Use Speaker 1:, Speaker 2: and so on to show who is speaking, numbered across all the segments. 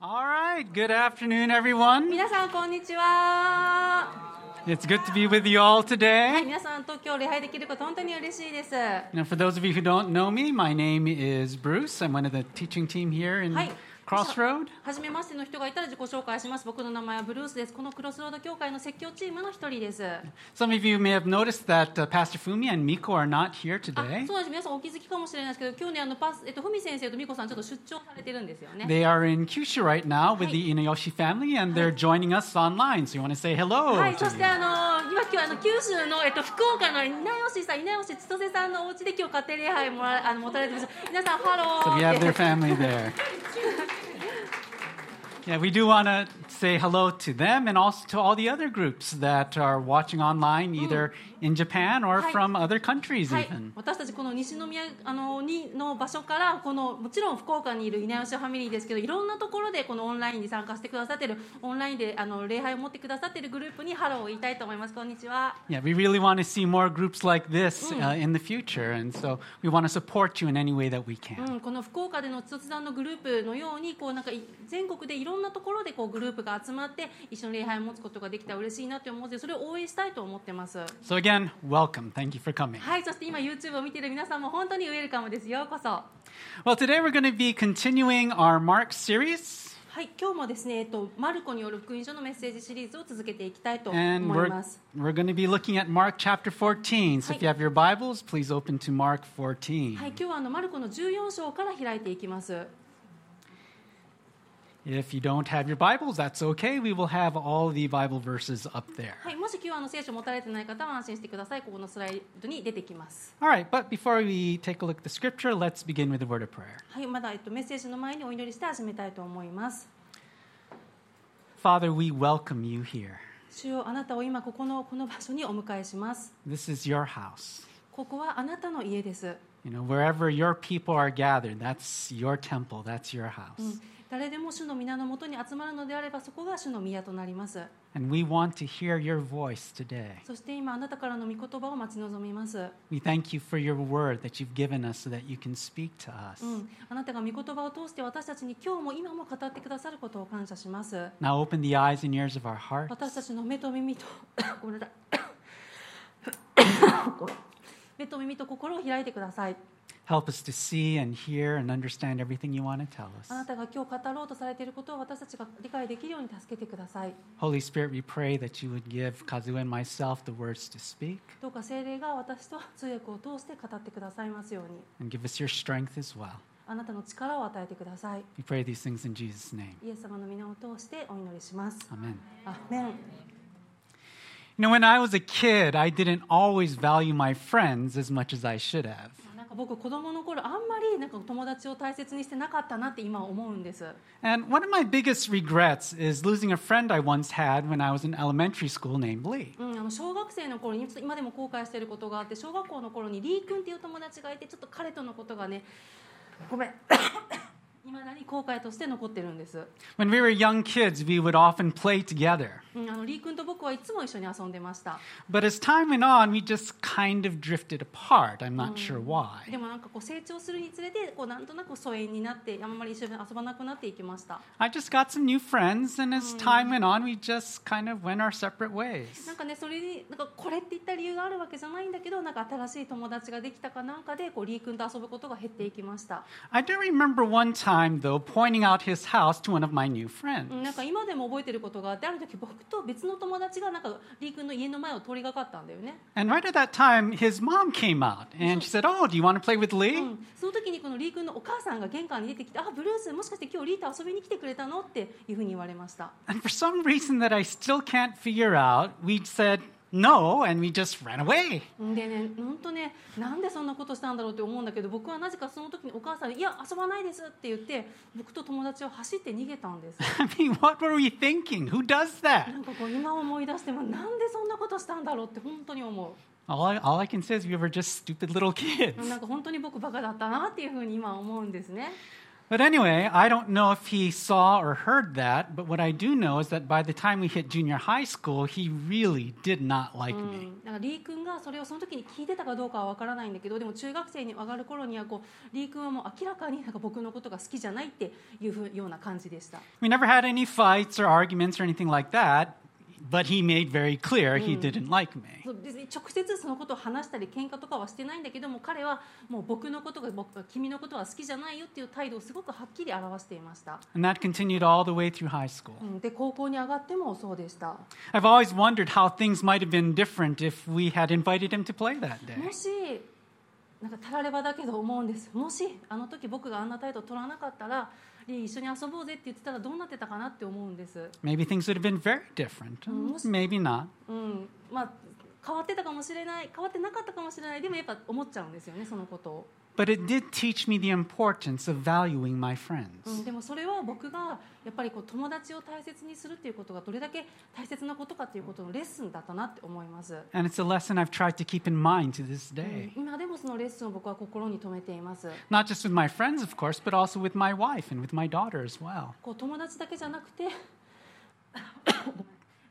Speaker 1: All right, good afternoon, everyone.
Speaker 2: 皆さんこんにちは。
Speaker 1: It's good to be with you all
Speaker 2: はい
Speaker 1: today.
Speaker 2: 皆さんと今日礼拝できること本当に嬉しいです。は
Speaker 1: Now, for those of you who don't know me, my name is Bruce. I'm one of the teaching team here in
Speaker 2: い。
Speaker 1: Crossroad.
Speaker 2: 初めましての人がいたら自己紹介します。僕の名前はブルースです。このクロスロード教会の説教チームの一人です。あ、
Speaker 1: Some of you may have noticed that uh, Pastor Fumi and Miko are not here
Speaker 2: そうなん
Speaker 1: today.
Speaker 2: です。皆さんお気づきかもしれないですけど、今日ねあのパスえっとふみ先生とみこさんちょっと出張されてるんですよね。
Speaker 1: They are in Kyushu right now with
Speaker 2: Hi.
Speaker 1: the Inayoshi family, and they're joining us online. So you want to say hello?
Speaker 2: はい。
Speaker 1: to
Speaker 2: そし
Speaker 1: them.
Speaker 2: てあの今今日あの九州のえっと福岡の稲吉さん、稲吉千歳さんのお家で今日家庭礼拝もらあの持たれてます。皆さんハ
Speaker 1: So we
Speaker 2: ロ
Speaker 1: have
Speaker 2: ー。
Speaker 1: their family there. Yeah, we do want to say hello to them and also to all the other groups that are watching online, either in Japan or
Speaker 2: Hi.
Speaker 1: from other countries,
Speaker 2: はい
Speaker 1: even.、
Speaker 2: 私たちこの西宮あのにの場所からこのもちろん福岡にいる稲吉ファミリーですけどいろんなところでこのオンラインに参加してくださってるオンラインであの礼拝を持ってくださってるグループにハローを言いたいと思いますこんにちは
Speaker 1: Yeah, we really want to see more groups like this uh, in the future, and so we want to support you in any way that we
Speaker 2: う
Speaker 1: can.
Speaker 2: ん、この福岡での千歳さんのグループのようにこうなんかい全国でいろんなところでこうグループが集まって一緒に礼拝を持つことができたら嬉しいなと思うのでそれを応援したいと思ってますは
Speaker 1: So, again, welcome. Thank you for coming.
Speaker 2: いそして今 YouTube を見てる皆さんも本当にウェルカムですようこそ
Speaker 1: Well, today we're going to be continuing our Mark series,
Speaker 2: はい、今日もですね、えっと、マルコによる福音書のメッセージシリーズを続けていきたいと思
Speaker 1: and
Speaker 2: い
Speaker 1: we're,
Speaker 2: ます。
Speaker 1: we're going to be looking at Mark chapter 14. So, if
Speaker 2: Hi.
Speaker 1: you have your Bibles, please open to Mark 14.
Speaker 2: はい、今日はあのマルコの14章から開いていきます。
Speaker 1: If you don't have your Bibles, that's okay. We will have all the Bible verses up there.
Speaker 2: はい、もし今日はあの聖書を持たれてない方は安心してください。ここのスライドに出てきます。
Speaker 1: All right, but before we take a look at the scripture, let's begin with a word of prayer.
Speaker 2: はい、まだえっとメッセージの前にお祈りして始めたいと思います。
Speaker 1: Father, we welcome you here.
Speaker 2: 主よあなたを今ここのこの場所にお迎えします。
Speaker 1: This is your house.
Speaker 2: ここはあなたの家です。
Speaker 1: You know, wherever your people are gathered, that's your temple, that's your house.
Speaker 2: 誰でも主の皆のもとに集まるのであればそこが主の宮となります。
Speaker 1: And we want to hear your voice today.
Speaker 2: そして今あなたからの御言葉を待ち望みます。
Speaker 1: We thank you for your word that you've given us so that you can speak to us.
Speaker 2: うん、あなたが御言葉を通して私たちに今日も今も語ってくださることを感謝します。
Speaker 1: Now open the eyes and ears of our hearts.
Speaker 2: 私たちの目と耳とごめんなさい目と耳と心を開いてください。
Speaker 1: Help us to see and hear and understand everything you want to tell
Speaker 2: あ
Speaker 1: us.
Speaker 2: なたが今日語ろうとされていることを私たちが理解できるように助けてください。
Speaker 1: Holy Spirit, we pray that you would give Kazu and myself the words to speak
Speaker 2: どうか聖霊が私と通訳を通して語ってくださいますように、
Speaker 1: and give us your strength as well.
Speaker 2: あなたの力を与えてください。
Speaker 1: We pray these things in Jesus' name.
Speaker 2: イエス様の皆を通してお祈りします。
Speaker 1: Amen.
Speaker 2: アーメン
Speaker 1: You know, when I was a kid, I didn't always value my friends as much as I should have.
Speaker 2: なんか僕子供の頃あんまりなんか友達を大切にしてなかったなって今思うんです。
Speaker 1: And one of my biggest regrets is losing a friend I once had when I was in elementary school named Lee.
Speaker 2: うん、あの小学生の頃にちょっと今でも後悔していることがあって小学校の頃にリー君っていう友達がいてちょっと彼とのことがねごめん いまだに後悔として残ってるんです、
Speaker 1: When we were young kids, we would often play together.
Speaker 2: うん、あのリー君と僕はいつも一緒に遊んでました
Speaker 1: But as time went on, we just kind of drifted apart. I'm not sure why.
Speaker 2: でもなんかこう成長するにつれてこうなんとなく疎遠になってあんまり一緒に遊ばなくなっていきました
Speaker 1: I just got some new friends, and as time went on, we just kind of went our separate ways.
Speaker 2: なんかねそれになんかこれって言った理由があるわけじゃないんだけどなんか新しい友達ができたかなんかでこうリー君と遊ぶことが減っていきました、
Speaker 1: I do remember one time, though, pointing out his house to one of my new
Speaker 2: う
Speaker 1: friends.
Speaker 2: んなんか今でも覚えてることがあってある時僕と別の友達がなんかリー君の家の前を通りがかったんだよね、
Speaker 1: And right at that time, his mom came out and she said, Oh, do you want to play with
Speaker 2: う
Speaker 1: Lee?
Speaker 2: ん、その時にこのリー君のお母さんが玄関に出てきて「あブルースもしかして今日リーと遊びに来てくれたの?」っていうふうに言われました
Speaker 1: And for some reason that I still can't figure out, we said no and we just ran away.
Speaker 2: でね本当ねなんでそんなことしたんだろうって思うんだけど僕はなぜかその時にお母さんに「いや遊ばないです」って言って僕と友達を走って逃げたんです
Speaker 1: I mean, what were we thinking? Who does
Speaker 2: な
Speaker 1: that?
Speaker 2: んかこう今思い出してもなんでそんなことしたんだろうって本当に思
Speaker 1: All I, all I can say is we were just stupid little
Speaker 2: う
Speaker 1: kids.
Speaker 2: なんか本当に僕バカだったなっていうふうに今思うんですね
Speaker 1: But anyway, I don't know if he saw or heard that, but what I do know is that by the time we hit junior high school, he really did not like
Speaker 2: う
Speaker 1: me.
Speaker 2: ん、だからリー君がはそれをその時に聞いてたかどうかは分からないんだけどでも中学生に上がる頃にはこうリー君はもう明らかになんか僕のことが好きじゃないっていうふうような感じでした
Speaker 1: We never had any fights or arguments or anything like that, but he made very clear he didn't like me.
Speaker 2: そう別に直接そのことを話したり喧嘩とかはしてないんだけども彼はもう僕のことが僕は君のことは好きじゃないよっていう態度をすごくはっきり表していました、
Speaker 1: And that continued all the way through high school.
Speaker 2: うん、で高校に上がってもそうでした
Speaker 1: I've always wondered how things might have been different if we had invited him to play that day.
Speaker 2: もしなんかたらればだけど思うんですもしあの時僕があんな態度取らなかったらリー一緒に遊ぼうぜって言ってたらどうなってたかなって思うんです、
Speaker 1: Maybe things would have been very different.
Speaker 2: Mm.
Speaker 1: Maybe not.
Speaker 2: うんまあ、変わってたかもしれない変わってなかったかもしれないでもやっぱ思っちゃうんですよねそのことを、
Speaker 1: But it did teach me the importance of valuing my
Speaker 2: うん、
Speaker 1: friends.
Speaker 2: でもそれは僕がやっぱりこう友達を大切にするっていうことがどれだけ大切なことかっていうことのレッスンだったなって思います、
Speaker 1: And it's a lesson I've tried to keep in mind to this
Speaker 2: うん
Speaker 1: day.
Speaker 2: 今でもそのレッスンを僕は心に留めています
Speaker 1: Not just with my friends, of course, but also with my wife and with my daughter as well.
Speaker 2: こう友達だけじゃなく て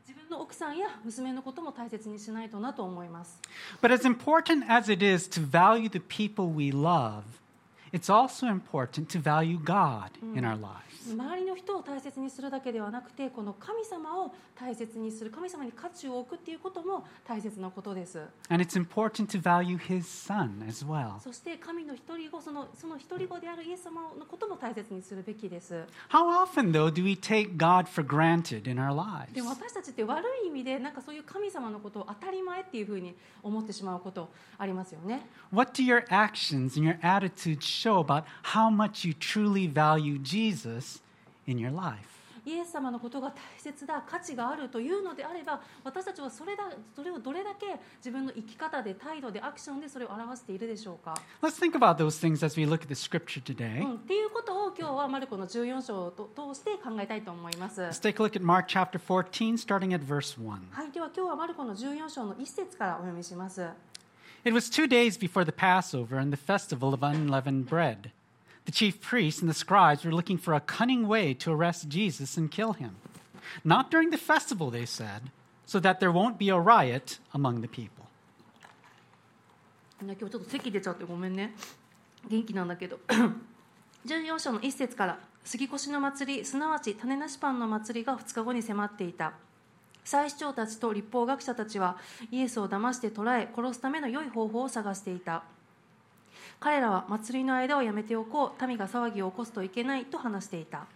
Speaker 2: 自分の奥さんや娘のことも大切にしないとなと思います
Speaker 1: But as important as it is to value the people we love, it's also important to value God in our lives.
Speaker 2: 周りの人を大切にするだけではなくてこの神様を大切にする神様に価値を置くっていうことも大切なことです
Speaker 1: And it's important to value His Son as well.
Speaker 2: そして神の一人子そのその一人子であるイエス様のことも大切にするべきです
Speaker 1: How often, though, do we take God for granted in our
Speaker 2: で
Speaker 1: lives?
Speaker 2: も私たちって悪い意味でなんかそういう神様のことを当たり前っていうふうに思ってしまうことありますよね
Speaker 1: What do your actions and your attitudes show about how much you truly value Jesus in your life?
Speaker 2: イエス様のことが大切だ価値があるというのであれば私たちはそれだそれをどれだけ自分の生き方で態度でアクションでそれを表しているでしょうか、
Speaker 1: Let's think about those things as we look at the scripture
Speaker 2: う
Speaker 1: today.
Speaker 2: ん、っていうことを今日はマルコの14章をと通して考えたいと思いますは
Speaker 1: Let's take a look at Mark chapter 14, starting at verse 1.
Speaker 2: いでは今日はマルコの14章の1節からお読みします
Speaker 1: It was two days before the Passover and the festival of unleavened bread. The chief priests and the scribes were looking for a cunning way to arrest Jesus and kill him. Not during the festival, they said, so that there won't be a riot among the people.
Speaker 2: みんな今日ちょっと咳出ちゃってごめんね元気なんだけど 14章の1節から杉越の祭りすなわち種なしパンの祭りが2日後に迫っていた祭司長たちと立法学者たちはイエスを騙して捕らえ殺すための良い方法を探していた彼らは祭りの間をやめておこう民が騒ぎを起こすといけないと話していた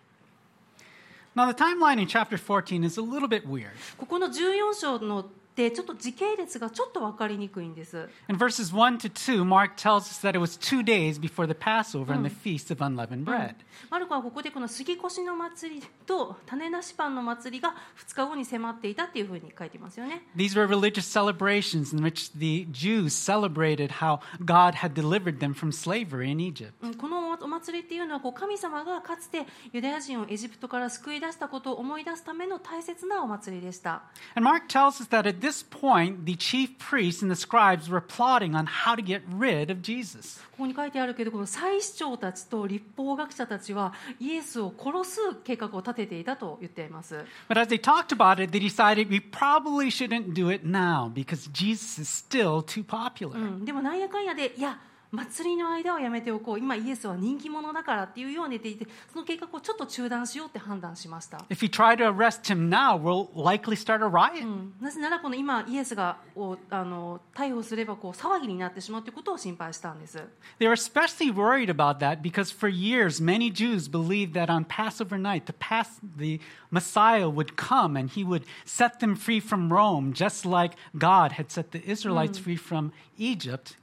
Speaker 1: Now, the timeline in chapter 14 is a little bit weird.
Speaker 2: ここの14章のでちょっと時系列がちょっと分かりにくいんです
Speaker 1: In verses 1 to 2, Mark tells us that it was two days before the Passover and the Feast of Unleavened Bread.
Speaker 2: マルコはここでこの杉越の祭りと種なしパンの祭りが2日後に迫っていたっていうふうに書いてますよね。
Speaker 1: These were religious celebrations in which the Jews celebrated how God had delivered them from slavery in Egypt.
Speaker 2: うんこのお祭りっていうのはこう神様がかつてユダヤ人をエジプトから救い出したことを思い出すための大切なお祭りでした。
Speaker 1: And Mark tells us that at this point, the chief priests and the scribes were plotting on how to get rid of Jesus.
Speaker 2: ここに書いてあるけどこの祭司長たちと立法学者たちはイエスを殺す計画を立てていたと言っています。
Speaker 1: But as they talked about it, they decided we probably shouldn't do it now because Jesus is still too
Speaker 2: う
Speaker 1: popular.
Speaker 2: ん、でもなんやかんやでいや祭りの間はやめておこう今イエスは人気者だからっていうように言っていてその計画をちょっと中断しようって判断しました、
Speaker 1: If we try to arrest him now, we'll likely start a riot.
Speaker 2: うんなぜならこの今イエスがをあの逮捕すればこう騒ぎになってしまうということを心配したんです
Speaker 1: They were especially worried about that because for years, many Jews believed that on Passover night, the, Pas- the Messiah would come and he would set them free from Rome, just like God had set the Israelites free from Egypt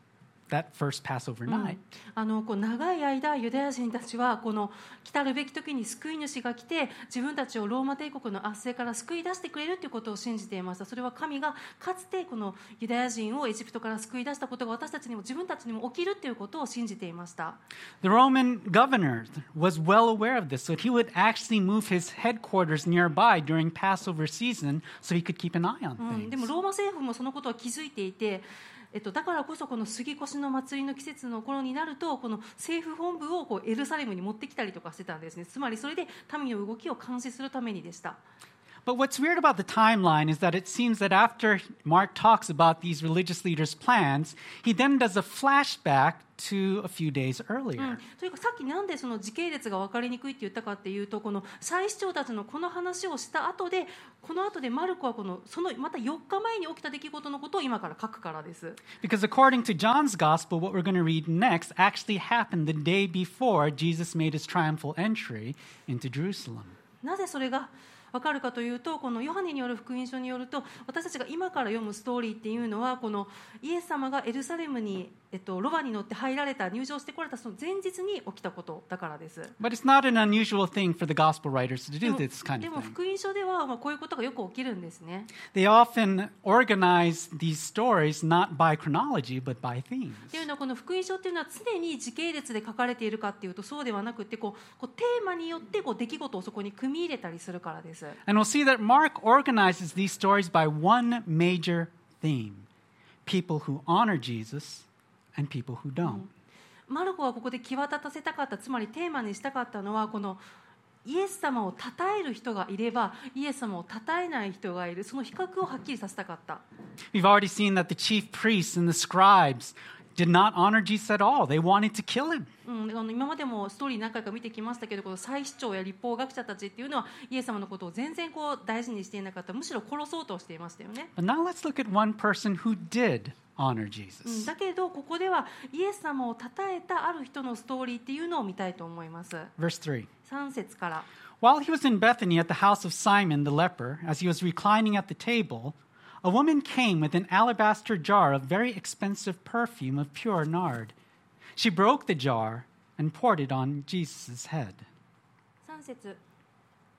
Speaker 1: that first Passover night.
Speaker 2: あのこう長い間ユダヤ人たちはこの来たるべき時に救い主が来て自分たちをローマ帝国の圧政から救い出してくれるということを信じていましたそれは神がかつてこのユダヤ人をエジプトから救い出したことが私たちにも自分たちにも起きるということを信じていました
Speaker 1: The Roman governor was well aware of this, so he would actually move his headquarters nearby during Passover season so he could keep an eye on
Speaker 2: うん
Speaker 1: things.
Speaker 2: でもローマ政府もそのことは気づいていて、えっと、だからこそこの杉越の祭りの季節の頃になるとこの政府本部をこうエルサレムに持ってきたりとかしてたんですねつまりそれで民の動きを監視するためにでした
Speaker 1: But what's weird about the timeline is that it seems that after Mark talks about these religious leaders' plans, he then does a flashback to a few days earlier.
Speaker 2: というかさっきなんでその時系列が分かりにくいって言ったかっていうとこの祭司長たちのこの話をした後でこの後でマルコはこのそのまた4日前に起きた出来事のことを今から書くからです。
Speaker 1: Because according to John's gospel, what we're going to read next actually happened the day before Jesus made his triumphal entry into Jerusalem.
Speaker 2: なぜそれがわかるかというとこのヨハネによる福音書によると私たちが今から読むストーリーっていうのはこのイエス様がエルサレムに、えっと、ロバに乗って入られた入場してこられたその前日に起きたことだからです。
Speaker 1: But it's not an unusual thing for the gospel writers to
Speaker 2: で
Speaker 1: do
Speaker 2: も
Speaker 1: this kind
Speaker 2: で
Speaker 1: of
Speaker 2: も
Speaker 1: thing.
Speaker 2: 福音書ではまあこういうことがよく起きるんですね。
Speaker 1: They often organize these stories not by chronology, but by themes.
Speaker 2: っていうのはこの福音書っていうのは常に時系列で書かれているかっていうとそうではなくてこうこうテーマによってこう出来事をそこに組み入れたりするからです。
Speaker 1: And we'll see that Mark organizes these stories by one major theme people who honor Jesus and people who don't.
Speaker 2: マルコがここで際立たせたかったつまりテーマにしたかったのはこのイエス様を称える人がいればイエス様を称えない人がいるその比較をはっきりさせたかった。
Speaker 1: We've already seen that the chief priests and the scribes did not honor Jesus at all, they wanted to kill him.
Speaker 2: うん、あの今までもストーリー何回か見てきましたけどこの祭司長や立法学者たちっていうのはイエス様のことを全然こう大事にしていなかったむしろ殺そうとしていましたよね。
Speaker 1: But now let's look at one person who did honor
Speaker 2: う
Speaker 1: Jesus.
Speaker 2: んだけどここではイエス様を称えたある人のストーリーっていうのを見たいと思います。
Speaker 1: Verse 3.
Speaker 2: 3節から
Speaker 1: While he was in Bethany at the house of Simon the leper, as he was reclining at the table, a woman came with an alabaster jar of very expensive perfume of pure nard. She broke the jar and poured it on Jesus' head.
Speaker 2: 3節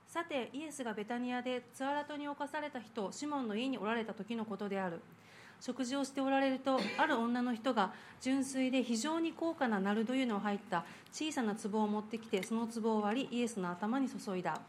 Speaker 2: さてイエスがベタニアでツアラトに侵された人シモンの家におられた時のことである食事をしておられるとある女の人が純粋で非常に高価なナルド湯の入った小さな壺を持ってきてその壺を割りイエスの頭に注いだ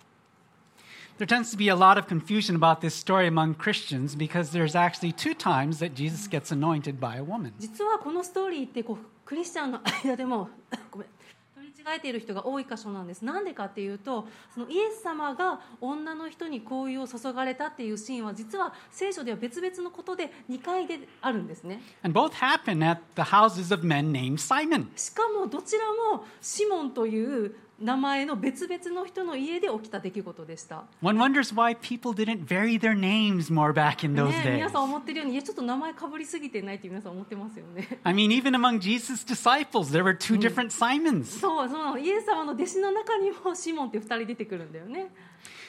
Speaker 1: There tends to be a lot of confusion about this story among Christians because there's actually two times that Jesus gets anointed by a woman.
Speaker 2: 実はこのストーリーってこうクリスチャンの間でも ごめん取り違えている人が多い箇所なんですなんでかっていうとそのイエス様が女の人に好意を注がれたっていうシーンは実は聖書では別々のことで2回であるんですね
Speaker 1: And both happen at the houses of men named Simon.
Speaker 2: しかもどちらもシモンという名前の別々の人の家で起きた出来事でした、
Speaker 1: One wonders why people didn't vary their names more back in
Speaker 2: ね
Speaker 1: those、days.
Speaker 2: 皆さん思ってるようにいやちょっと名前かぶりすぎてないって皆さん思ってますよね
Speaker 1: I mean, even among Jesus' disciples, there were two different Simons.
Speaker 2: そうそうなのイエス様の弟子の中にもシモンって2人出てくるんだよね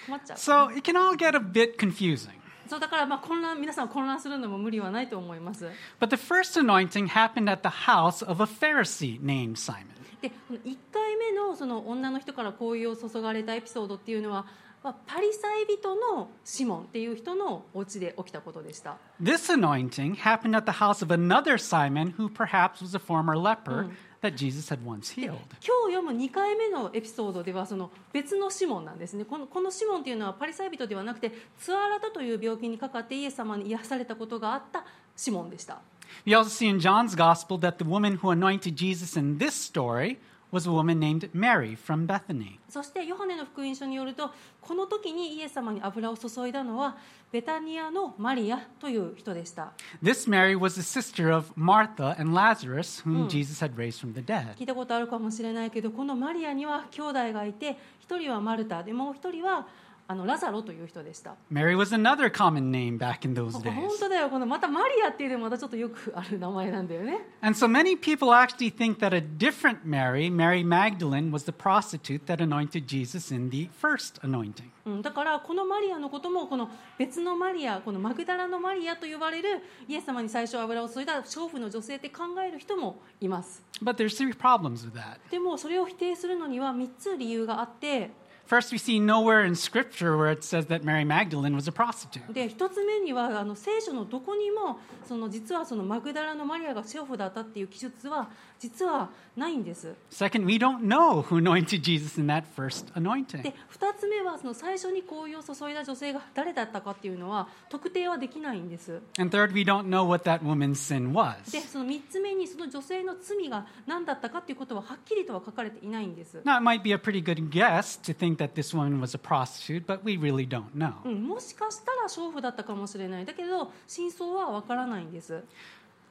Speaker 2: 困っちゃう
Speaker 1: So it can all get a bit confusing.
Speaker 2: そうだからまあ混乱皆さん混乱するのも無理はないと思います。
Speaker 1: But the first anointing happened at the house of a Pharisee named Simon.
Speaker 2: でこの1回目のその女の人から好意を注がれたエピソードっていうのは、まあ、パリサイ人のシモンっていう人のお家で起きたことでした。
Speaker 1: This anointing happened at the house of another Simon who perhaps was a former leper that Jesus had once
Speaker 2: で今
Speaker 1: healed.
Speaker 2: 日読む2回目のエピソードではその別のシモンなんですねこのこのシモンっていうのはパリサイ人ではなくてツアラタという病気にかかってイエス様に癒されたことがあったシモンでした。
Speaker 1: We also see in John's gospel that the woman who anointed Jesus in this story was a woman named Mary from Bethany.
Speaker 2: そしてヨハネの福音書によるとこの時にイエス様に油を注いだのはベタニアのマリアという人でした
Speaker 1: This Mary was the sister of Martha and Lazarus, whom Jesus had raised from the dead.
Speaker 2: 聞いたことあるかもしれないけどこのマリアには兄弟がいて一人はマルタでもう一人はあのラザロという人でした
Speaker 1: Mary was another common name back in those
Speaker 2: 本
Speaker 1: days.
Speaker 2: 当だよこのまたマリアっていうのもまたちょっとよくある名前なんだよね
Speaker 1: And so many people actually think that a different Mary, Mary Magdalene, was the prostitute that anointed Jesus in the first anointing.
Speaker 2: うん、だからこのマリアのこともこの別のマリアこのマグダラのマリアと呼ばれるイエス様に最初油を注いだ娼婦の女性って考える人もいます
Speaker 1: But there's three problems with that.
Speaker 2: でもそれを否定するのには3つ理由があって
Speaker 1: First, we see nowhere in scripture where it says that Mary Magdalene was a prostitute.
Speaker 2: で1つ目にはあの聖書のどこにもその実はそのマグダラのマリアがシェオフだったっていう記述は実はないんです。
Speaker 1: Second, we don't know who anointed Jesus in that first anointing.
Speaker 2: で2つ目はその最初に香油を注いだ女性が誰だったかっていうのは特定はできないんです。
Speaker 1: And third, we don't know what that woman's sin
Speaker 2: で
Speaker 1: was.
Speaker 2: その3つ目にその女性の罪が何だったかっていうことははっきりとは書かれていないんです。
Speaker 1: Now, it might be a pretty good guess to think that this woman was a prostitute, but we really don't know.
Speaker 2: うん、もしかしたら娼婦だったかもしれないだけど真相はわからないんです。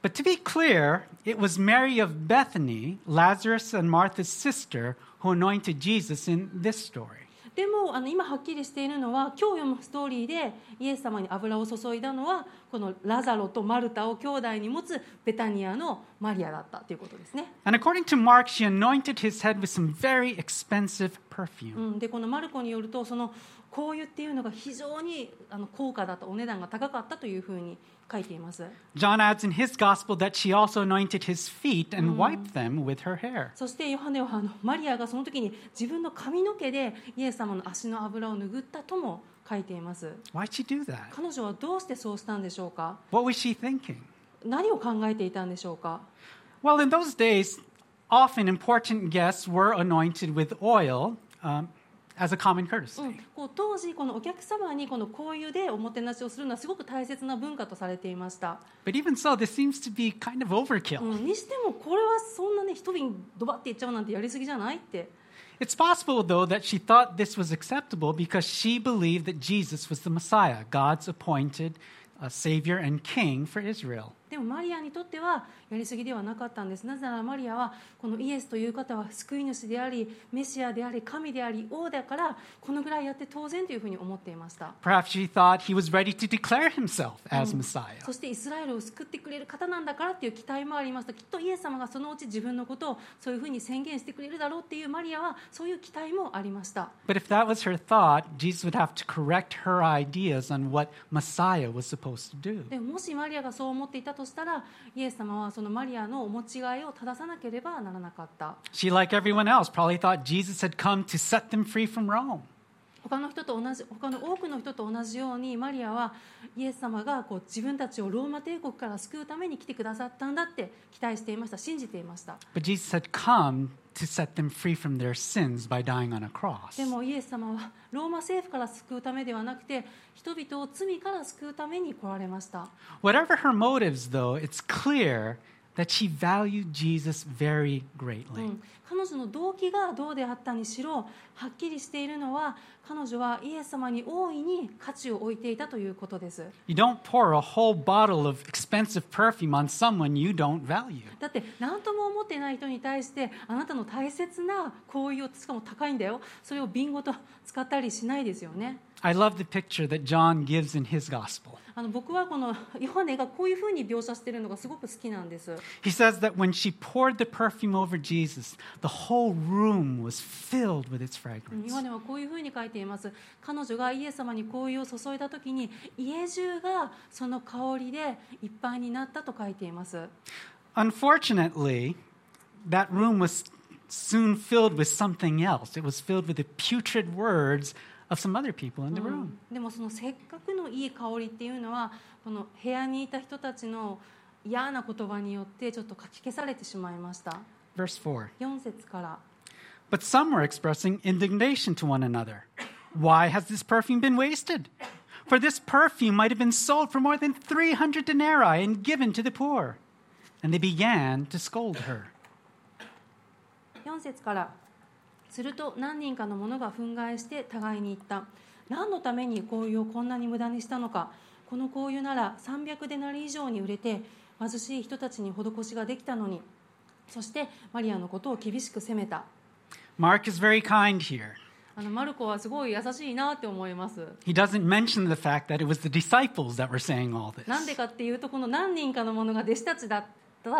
Speaker 1: But to be clear, it was Mary of Bethany, Lazarus and Martha's sister, who anointed Jesus in this story.
Speaker 2: でもあの今はっきりしているのは今日読むストーリーでイエス様に油を注いだのはこのラザロとマルタを兄弟に持つベタニアのマリアだったということですね、
Speaker 1: And according to Mark, she anointed his head with some very expensive
Speaker 2: う
Speaker 1: perfume.
Speaker 2: ん、でこのマルコによるとその香油っていうのが非常にあの高価だとお値段が高かったというふうに書いています
Speaker 1: John adds in his gospel that she also anointed his feet and wiped them with her hair.
Speaker 2: そしてヨハネはあのマリアがその時に自分の髪の毛でイエス様の足の油を拭ったとも書いています
Speaker 1: Why'd she do that?
Speaker 2: 彼女はどうしてそうしたんでしょうか
Speaker 1: What was she thinking?
Speaker 2: 何を考えていたんでしょうか
Speaker 1: Well, in those days, often important guests were anointed with oil um, as a common
Speaker 2: うん
Speaker 1: courtesy.
Speaker 2: こう当時このお客様にこの香油でおもてなしをするのはすごく大切な文化とされていました、
Speaker 1: But even so, this seems to be kind of overkill.
Speaker 2: うん、にしてもこれはそんなね一瓶ドバっていっちゃうなんてやりすぎじゃないって
Speaker 1: It's possible, though, that she thought this was acceptable because she believed that Jesus was the Messiah, God's appointed uh, Savior and King for Israel.
Speaker 2: でもマリアにとってはやりすぎではなかったんですなぜならマリアはこのイエスという方は救い主でありメシアであり神であり王だからこのぐらいやって当然というふうに思っていました
Speaker 1: Perhaps she thought he was ready to declare himself as Messiah.
Speaker 2: そしてイスラエルを救ってくれる方なんだからっていう期待もありましたきっとイエス様がそのうち自分のことをそういうふうに宣言してくれるだろうっていうマリアはそういう期待もありました
Speaker 1: But if that was her thought, Jesus would have to correct her ideas on what Messiah was supposed to do.
Speaker 2: でももしマリアがそう思っていたとしたらイエス様はそのマリアのお持ち替えを正さなければならなかった
Speaker 1: She, like everyone else, probably thought Jesus had come to set them free from Rome.
Speaker 2: 他の人と同じ他の多くの人と同じようにマリアはイエス様がこう自分たちをローマ帝国から救うために来てくださったんだって期待していました信じていました
Speaker 1: But Jesus had come to set them free from their sins by dying on a cross.
Speaker 2: でもイエス様はローマ政府から救うためではなくて人々を罪から救うために来られました
Speaker 1: Whatever her motives, though, it's clear that she valued Jesus very greatly.
Speaker 2: うん彼女の動機がどうであったにしろはっきりしているのは彼女はイエス様に大いに価値を置いていたということです
Speaker 1: You don't pour a whole bottle of expensive perfume on someone you don't value.
Speaker 2: だって何とも思ってない人に対してあなたの大切な行為をしかも高いんだよそれをビンゴと使ったりしないですよね
Speaker 1: I love the picture that John gives in his gospel.
Speaker 2: あの僕はこのヨハネがこういうふうに描写してるのがすごく好きなんです
Speaker 1: He says that when she poured the perfume over Jesus, the whole room was filled with its
Speaker 2: ヨ
Speaker 1: fragrance.
Speaker 2: ハネはこういうふうに書いています彼女がイエス様に香油を注いだ時に家中がその香りでいっぱいになったと書いています
Speaker 1: Unfortunately, that room was soon filled with something else. It was filled with the putrid words of some other people
Speaker 2: Mm.
Speaker 1: in the room.
Speaker 2: でもそのせっかくのいい香りっていうのはこの部屋にいた人たちの嫌な言葉によってちょっとかき消されてしまいました
Speaker 1: Verse 4.
Speaker 2: 4節から、
Speaker 1: But some were expressing indignation to one another. Why has this perfume been wasted? For this perfume might have been sold for more than 300 denarii and given to the poor. And they began to scold her.
Speaker 2: 4節からすると何人かの者が憤慨して互いに言った何のために香油をこんなに無駄にしたのかこの香油なら300デナリ以上に売れて貧しい人たちに施しができたのにそしてマリアのことを厳しく責めた
Speaker 1: Mark is very kind here.
Speaker 2: あのマルコはすごい優しいなって思います
Speaker 1: He doesn't mention the fact that it was the disciples that were saying all
Speaker 2: なんで
Speaker 1: this.
Speaker 2: かっていうとこの何人かの者が弟子たちだった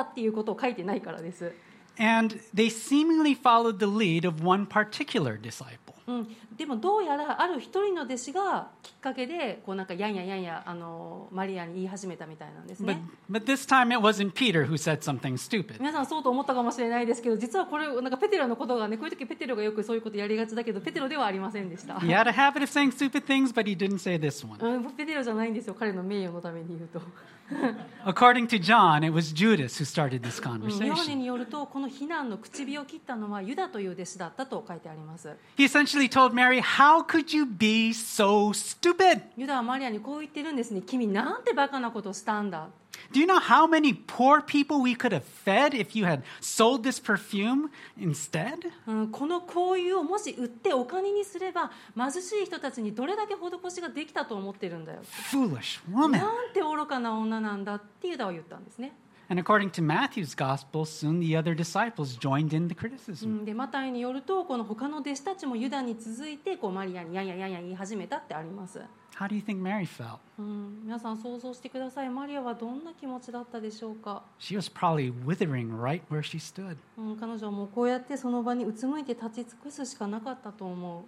Speaker 2: っていうことを書いてないからです
Speaker 1: And they seemingly followed the lead of one particular disciple.
Speaker 2: うん、でもどうやらある一人の弟子がきっかけでこうなんかやんややんやあのマリアに言い始めたみたいなんです
Speaker 1: But,
Speaker 2: ね。
Speaker 1: but this time it wasn't Peter who said something stupid.
Speaker 2: 皆さんそうと思ったかもしれないですけど実はこれなんかペテロのことがねこういう時ペテロがよくそういうことやりがちだけどペテロではありませんでした、
Speaker 1: He had a habit of saying stupid things, but he didn't say this one.
Speaker 2: うん、ペテロじゃないんですよ彼の名誉のために言うと
Speaker 1: According to John, it was Judas who started this
Speaker 2: ヨハネ
Speaker 1: conversation.
Speaker 2: によるとこの非難の口火を切ったのはユダという弟子だったと書いてあります
Speaker 1: He essentially told Mary, How could you be so stupid?
Speaker 2: ユダはマリアにこう言ってるんですね君なんてバカなことをしたんだ
Speaker 1: Do you know how many poor people we could have fed if you had sold this perfume instead?
Speaker 2: うん、この交友をもし売ってお金にすれば貧しい人たちにどれだけ施しができたと思ってるんだよ
Speaker 1: Foolish woman.
Speaker 2: なんて愚かな女なんだってユダは言ったんですね、
Speaker 1: And according to Matthew's gospel, soon the other disciples joined in the
Speaker 2: う
Speaker 1: criticism.
Speaker 2: ん、でマタイによるとこの他の弟子たちもユダに続いてこうマリアにやんややんや言い始めたってあります、
Speaker 1: How do you think Mary felt?
Speaker 2: うん、皆さん想像してくださいマリアはどんな気持ちだったでしょうか、
Speaker 1: She was probably withering right where she stood.
Speaker 2: うん、彼女はもうこうやってその場にうつむいて立ち尽くすしかなかったと思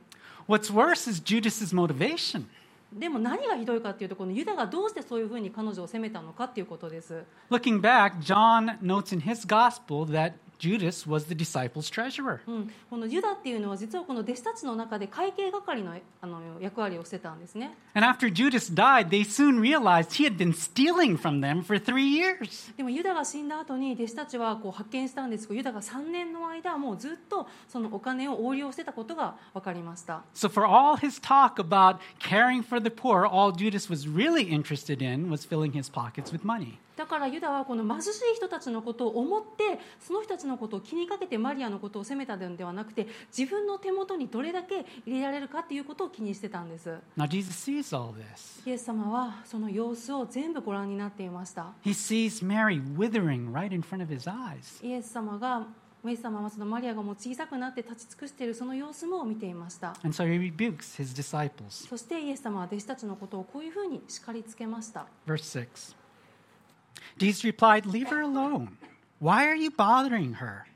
Speaker 2: う
Speaker 1: What's worse is Judas's motivation.
Speaker 2: でも何がひどいかっていうとこのユダがどうしてそういうふうに彼女を責めたのかっていうことです
Speaker 1: Looking back, John notes in his gospel that Judas was the disciples' treasurer.
Speaker 2: うん、このユダっていうのは実はこの弟子たちの中で会計係のあの役割をしてたんですね
Speaker 1: And after Judas died, they soon realized he had been stealing from them for three years.
Speaker 2: でもユダが死んだ後に弟子たちはこう発見したんですけどユダが3年の間もうずっとそのお金を横領してたことが分かりました
Speaker 1: So, for all his talk about caring for the poor, all Judas was really interested in was filling his pockets with money.
Speaker 2: だからユダはこの貧しい人たちのことを思ってその人たちのことを気にかけてマリアのことを責めたのではなくて自分の手元にどれだけ入れられるかっていうことを気にしてたんです
Speaker 1: Now, Jesus sees all this.
Speaker 2: イエス様はその様子を全部ご覧になっていました
Speaker 1: He sees Mary withering right in front of his eyes.
Speaker 2: イエス様がイエス様はそのマリアがもう小さくなって立ち尽くしているその様子も見ていました
Speaker 1: And so he rebukes his disciples.
Speaker 2: そしてイエス様は弟子たちのことをこういうふうに叱りつけました
Speaker 1: Verse 6. Jesus replied, Leave her alone. Why are you bothering her?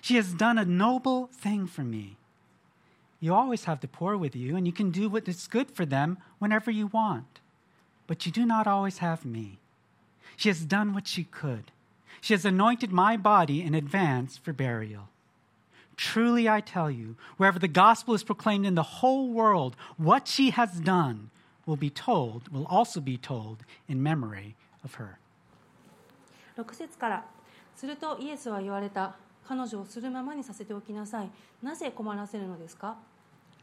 Speaker 1: She has done a noble thing for me. You always have the poor with you, and you can do what is good for them whenever you want. But you do not always have me. She has done what she could. She has anointed my body in advance for burial. Truly, I tell you, wherever the gospel is proclaimed in the whole world, what she has done will be told, will also be told in memory of her.
Speaker 2: 6節からするとイエスは言われた彼女をするままにさせておきなさいなぜ困らせるのですか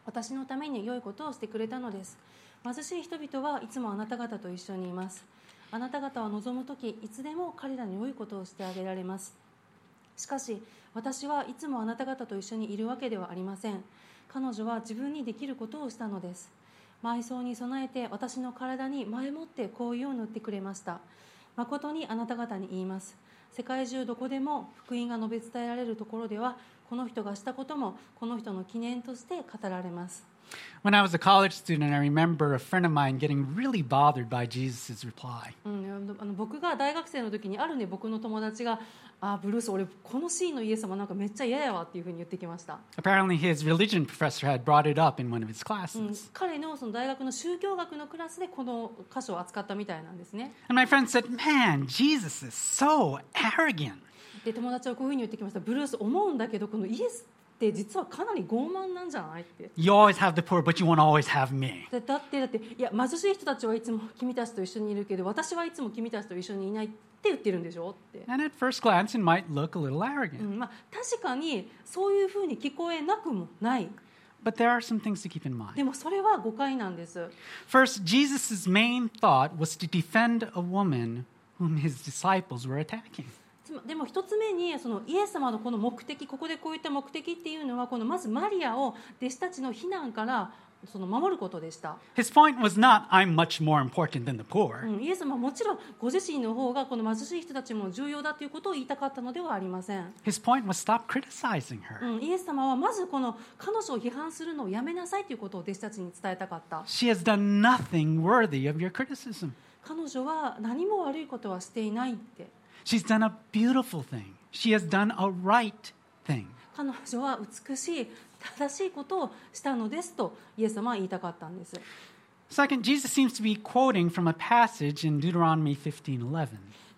Speaker 2: 私のために良いことをしてくれたのです貧しい人々はいつもあなた方と一緒にいますあなた方は望む時いつでも彼らに良いことをしてあげられますしかし私はいつもあなた方と一緒にいるわけではありません彼女は自分にできることをしたのです埋葬に備えて私の体に前もって香油を塗ってくれました誠にあなた方に言います世界中どこでも福音が述べ伝えられるところではこの人がしたこともこの人の記念として語られます
Speaker 1: When I was a college student, I remember a friend of mine getting really bothered by Jesus' reply.
Speaker 2: うん、あの僕が大学生の時にあるね僕の友達が「あーブルース俺このシーンのイエス様なんかめっちゃ嫌やわ」っていうふうに言ってきました
Speaker 1: Apparently, his religion professor had brought it up in one of his
Speaker 2: うん
Speaker 1: classes.
Speaker 2: 彼のその大学の宗教学のクラスでこの箇所を扱ったみたいなんですね
Speaker 1: And my friend said, Man, Jesus is so arrogant.
Speaker 2: で友達はこういうふうに言ってきました「ブルース思うんだけどこのイエスって実はかなり傲慢なんじゃない?」って。
Speaker 1: You always have the poor, but you won't always have me.
Speaker 2: だだってだっていや貧しい人たちはいつも君たちと一緒にいるけど私はいつも君たちと一緒にいないって言ってるんでしょって、
Speaker 1: And at first glance, it might look a little
Speaker 2: う
Speaker 1: arrogant,
Speaker 2: んまあ、確かにそういうふうに聞こえなくもない
Speaker 1: but there are some things to keep in mind.
Speaker 2: でもそれは誤解なんです
Speaker 1: First, Jesus' main thought was to defend a woman whom his disciples were attacking.
Speaker 2: つまでも一つ目にそのイエス様のこの目的ここでこういった目的っていうのはこのまずマリアを弟子たちの非難からその守ることでした、
Speaker 1: His point was not, I'm much more important than the
Speaker 2: う
Speaker 1: poor.
Speaker 2: ん、イエス様はもちろんご自身の方がこの貧しい人たちも重要だということを言いたかったのではありません
Speaker 1: His point was, stop criticizing her.
Speaker 2: うん、イエス様はまずこの彼女を批判するのをやめなさいということを弟子たちに伝えたかった
Speaker 1: She has done nothing worthy of your criticism.
Speaker 2: 彼女は何も悪いことはしていないって
Speaker 1: She's done a beautiful thing. She has done a right thing.
Speaker 2: 彼女は美しい正しいことをしたのですとイエス様は言いたかったんです
Speaker 1: Second, Jesus seems to be quoting from a passage in Deuteronomy 15:11.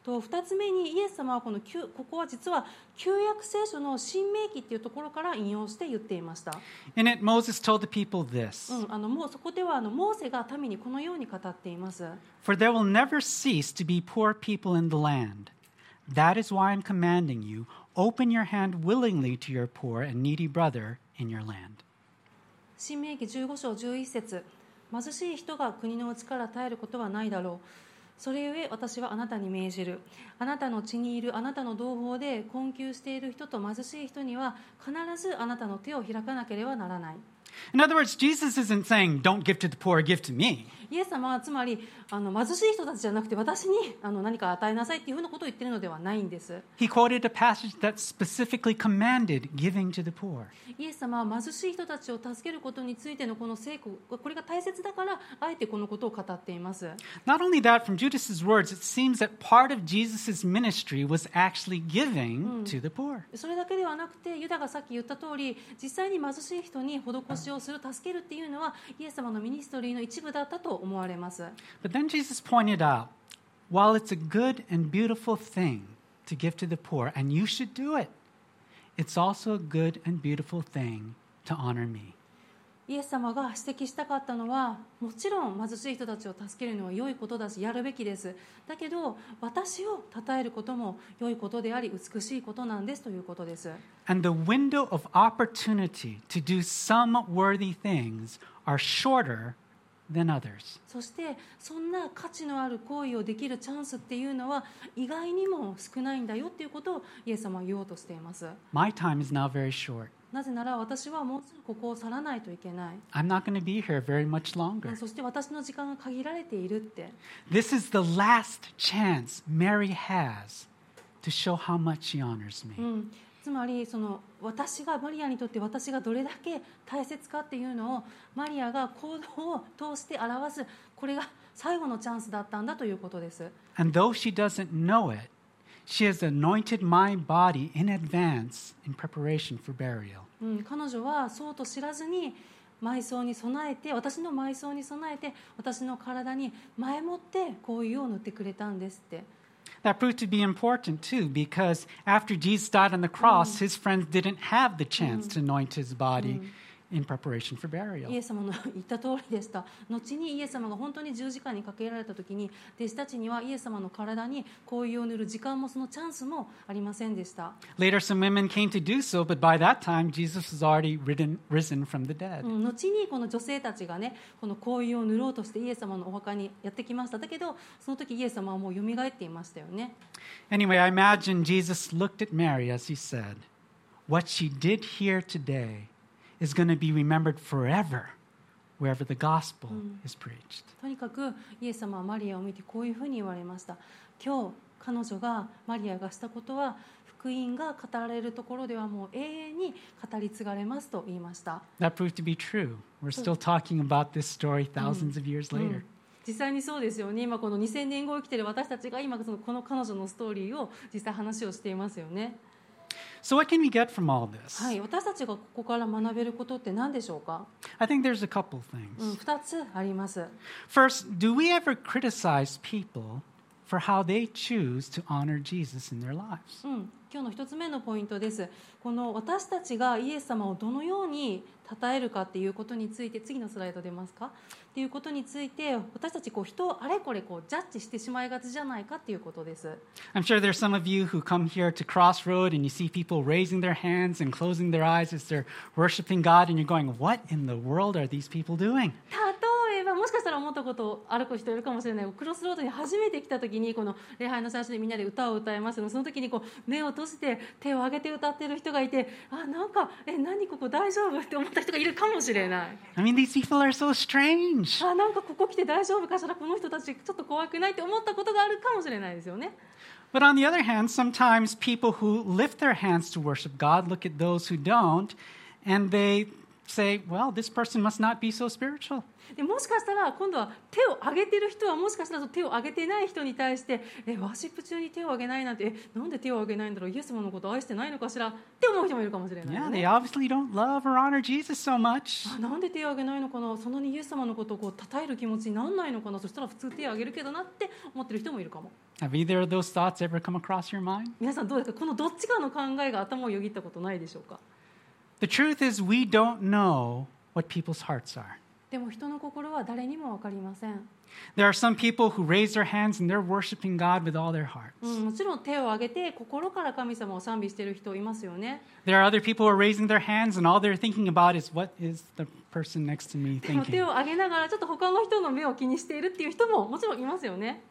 Speaker 2: と2つ目にイエス様はこの旧ここは実は旧約聖書の「新明記」っていうところから引用して言っていました、
Speaker 1: In it, Moses told the people this
Speaker 2: うん、あのもうそこではあのモーセが民にこのように語っています
Speaker 1: For there will never cease to be poor people in the land. That is why I'm commanding you open your hand willingly to your poor and needy brother in your land.
Speaker 2: 新明記15章11節貧しい人が国のうちから絶えることはないだろうそれゆえ私はあなたに命じるあなたの血にいるあなたの同胞で困窮している人と貧しい人には必ずあなたの手を開かなければならない
Speaker 1: In other words, Jesus isn't saying, don't give to the poor, give to me.
Speaker 2: イエス様はつまりあの貧しい人たちじゃなくて私にあの何か与えなさいっていうふうなことを言ってるのではないんです
Speaker 1: He quoted a passage that specifically commanded giving to the poor.
Speaker 2: イエス様は貧しい人たちを助けることについてのこの成功これが大切だからあえてこのことを語っています
Speaker 1: Not only that, from Judas's words, it seems that part of Jesus' ministry was actually giving to the poor.
Speaker 2: それだけではなくてユダがさっき言った通り実際に貧しい人に施しをする助けるっていうのはイエス様のミニストリーの一部だったと思われます
Speaker 1: But then Jesus pointed out while it's a good and beautiful thing to give to the poor, and you should do it, it's also a good and beautiful thing to honor me.
Speaker 2: イエス様が指摘したかったのはもちろん貧しい人たちを助けるのは良いことだしやるべきですだけど私を称えることも良いことであり美しいことなんですということです
Speaker 1: And the window of opportunity to do some worthy things are shorter than others.
Speaker 2: そしてそんな価値のある行為をできるチャンスっていうのは意外にも少ないんだよっていうことをイエス様は言おうとしています
Speaker 1: My time is now very short.
Speaker 2: なぜなら私はもうすぐここを去らないといけない
Speaker 1: I'm not going to be here very much longer.
Speaker 2: そして私の時間が限られているって
Speaker 1: This is the last chance Mary has to show how much she honors me.
Speaker 2: うん、つまりその私がマリアにとって私がどれだけ大切かっていうのをマリアが行動を通して表すこれが最後のチャンスだったんだということです
Speaker 1: And though she doesn't know it, she has anointed my body in advance in preparation for burial.
Speaker 2: うん、彼女はそうと知らずに埋葬に備えて私の埋葬に備えて私の体に前もってこういうを塗ってくれたんですって
Speaker 1: That proved to be important too, because after Jesus died on the cross, his friends didn't have the chance to anoint his body in preparation for
Speaker 2: イ
Speaker 1: burial.
Speaker 2: エス様の言った通りでした後にイエス様が本当に十字架にかけられた時に弟子たちにはイエス様の体に紅葉を塗る時間もそのチャンスもありませんでした
Speaker 1: Later, some women came to do so, but by that time, Jesus was already ridden, risen from the dead.
Speaker 2: うん後にこの女性たちがねこの紅葉を塗ろうとしてイエス様のお墓にやってきましただけどその時イエス様はもう蘇っていましたよね
Speaker 1: Anyway, I imagine Jesus looked at Mary as he said, What she did here today is going to be remembered forever wherever the gospel is preached.
Speaker 2: とにかくイエス様はマリアを見てこういうふうに言われました今日彼女がマリアがしたことは福音が語られるところではもう永遠に語り継がれますと言いました
Speaker 1: That proved to be true. We're still talking about this story thousands of years later.
Speaker 2: 実際にそうですよね今この2000年後を生きてる私たちが今そのこの彼女のストーリーを実際話をしていますよね
Speaker 1: So, what can we get from all this?
Speaker 2: はい私たちがここから学べることって何でしょうか、
Speaker 1: I think there's a couple
Speaker 2: うん、
Speaker 1: things.
Speaker 2: 2つあります
Speaker 1: First, do we ever criticize people for how they choose to honor Jesus in their lives?
Speaker 2: うん、今日の1つ目のポイントですこの私たちがイエス様をどのように称えるかっていうことについて次のスライド出ますかっていうことについて私たちこう人をあれこれこうジャッジしてしまいがちじゃないかっていうことです
Speaker 1: I'm sure there's some of you who come here to Crossroad and you see people raising their hands and closing their eyes as they're worshiping God, and you're going, What in the world are these people doing?
Speaker 2: 例えばもしかしたら思ったことある人いるかもしれないクロスロードに初めて来た時にこの礼拝の最初にみんなで歌を歌いますのその時にこう目を閉じて手を上げて歌ってる人がいてあなんかえ何ここ大丈夫って思った人がいるかもしれない
Speaker 1: I mean, these people are so strange.
Speaker 2: あなんかここ来て大丈夫かしらこの人たちちょっと怖くないって思ったことがあるかもしれないですよね
Speaker 1: But on the other hand, sometimes people who lift their hands to worship God look at those who don't, and they say, well, this person must not be so spiritual.
Speaker 2: でもしかしたら今度は手を上げてる人はもしかしたら手を上げてない人に対してえワーシップ中に手を上げないなんてえなんで手を上げないんだろうイエス様のこと愛してないのかしらって思う人もいるかもしれないよ
Speaker 1: Yeah,
Speaker 2: ね、
Speaker 1: they obviously don't love or honor Jesus so much.
Speaker 2: あなんで手を上げないのかなそんなにイエス様のことをこう称える気持ちになんないのかなそしたら普通手を上げるけどなって思ってる人もいるかも
Speaker 1: Have either of those thoughts ever come across your mind?
Speaker 2: 皆さんどうですかこのどっちかの考えが頭をよぎったことないでしょうか
Speaker 1: The truth is, we don't know what people's hearts are.
Speaker 2: でも人の心は誰にも分かりません、
Speaker 1: There are some people who raise their hands and they're worshiping God with all their hearts.
Speaker 2: うん、もちろん手を上げて心から神様を賛美してる人いますよね
Speaker 1: There are other people who are raising their hands and all they're thinking about is what is the person next to me
Speaker 2: でも手
Speaker 1: thinking.
Speaker 2: を上げながらちょっと他の人の目を気にしているっていう人ももちろんいますよね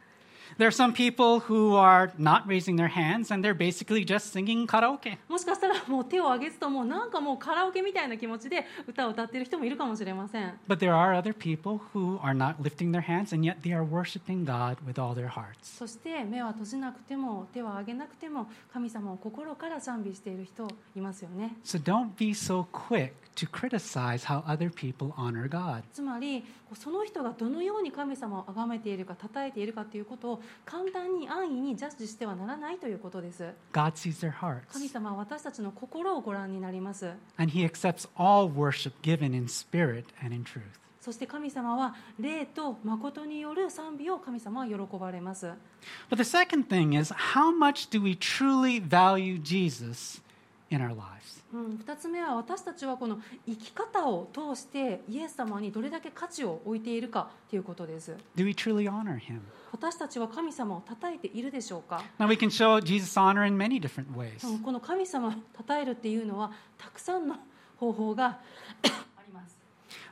Speaker 1: There are some people who are not raising their hands and they're basically just singing karaoke.
Speaker 2: もしかしたらもう手を上げずともうなんかもうカラオケみたいな気持ちで歌を歌ってる人もいるかもしれません
Speaker 1: But there are other people who are not lifting their hands and yet they are worshiping God with all their hearts.
Speaker 2: そして目は閉じなくても手は上げなくても神様を心から賛美している人いますよね
Speaker 1: So don't be so quick to criticize how other people honor God.
Speaker 2: つまりその人がどのように神様を崇めているか称えているかということを簡単に安易にジャッジしてはならないということです
Speaker 1: God sees their
Speaker 2: 神
Speaker 1: hearts
Speaker 2: 様は私たちの心をご覧になります
Speaker 1: and He accepts all worship given in spirit and in truth.
Speaker 2: そして神様は霊と誠による賛美を神様は喜ばれます
Speaker 1: But the second thing is how much do we truly value Jesus in our lives?
Speaker 2: うん、2つ目は私たちはこの生き方を通してイエス様にどれだけ価値を置いているかということです
Speaker 1: Do we truly honor Him?
Speaker 2: 私たちは神様を叩いているでしょうか
Speaker 1: Now we can show Jesus' honor in many different ways.
Speaker 2: うんこの神様を称えるっていうのはたくさんの方法があります、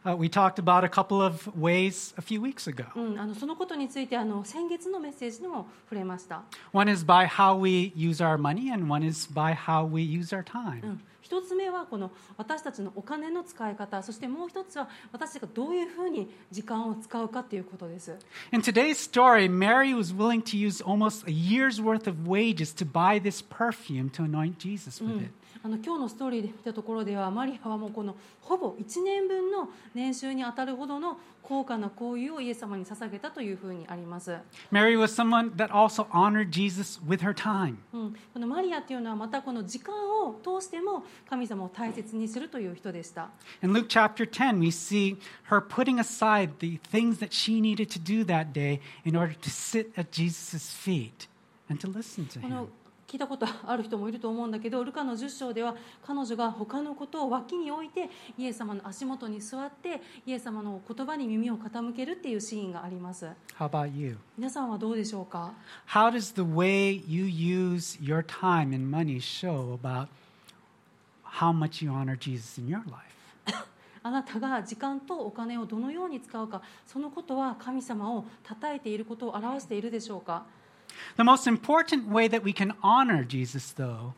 Speaker 1: Uh, we talked about a couple of ways a few weeks ago.
Speaker 2: うん、あのそのことについてあの先月のメッセージにも触れました、
Speaker 1: One is by how we use our money, and one is by how we use our
Speaker 2: う
Speaker 1: time.
Speaker 2: ん、一つ目はこの私たちのお金の使い方そしてもう一つは私たちがどういうふうに時間を使うかっていうことです
Speaker 1: In today's story, Mary was willing to use almost a year's worth of wages to buy this perfume to anoint Jesus with it.
Speaker 2: あの今日のストーリーで見たところではマリアはもうこのほぼ1年分の年収に当たるほどの高価な香油をイエス様に捧げたというふうにあります、
Speaker 1: Mary was someone that also honored Jesus with her time.
Speaker 2: うん、このマリアっていうのはまたこの時間を通しても神様を大切にするという人でした
Speaker 1: In Luke chapter 10, we see her putting aside the things that she needed to do that day in order to sit at Jesus' feet and to listen to
Speaker 2: この
Speaker 1: him.
Speaker 2: 聞いたことある人もいると思うんだけどルカの10章では彼女が他のことを脇に置いてイエス様の足元に座ってイエス様の言葉に耳を傾けるっていうシーンがあります
Speaker 1: How about you?
Speaker 2: 皆さんはどうでしょうか
Speaker 1: How does the way you use your time and money show about how much you honor Jesus in your life?
Speaker 2: あなたが時間とお金をどのように使うかそのことは神様を称えていることを表しているでしょうか
Speaker 1: The most important way that we can honor Jesus, though,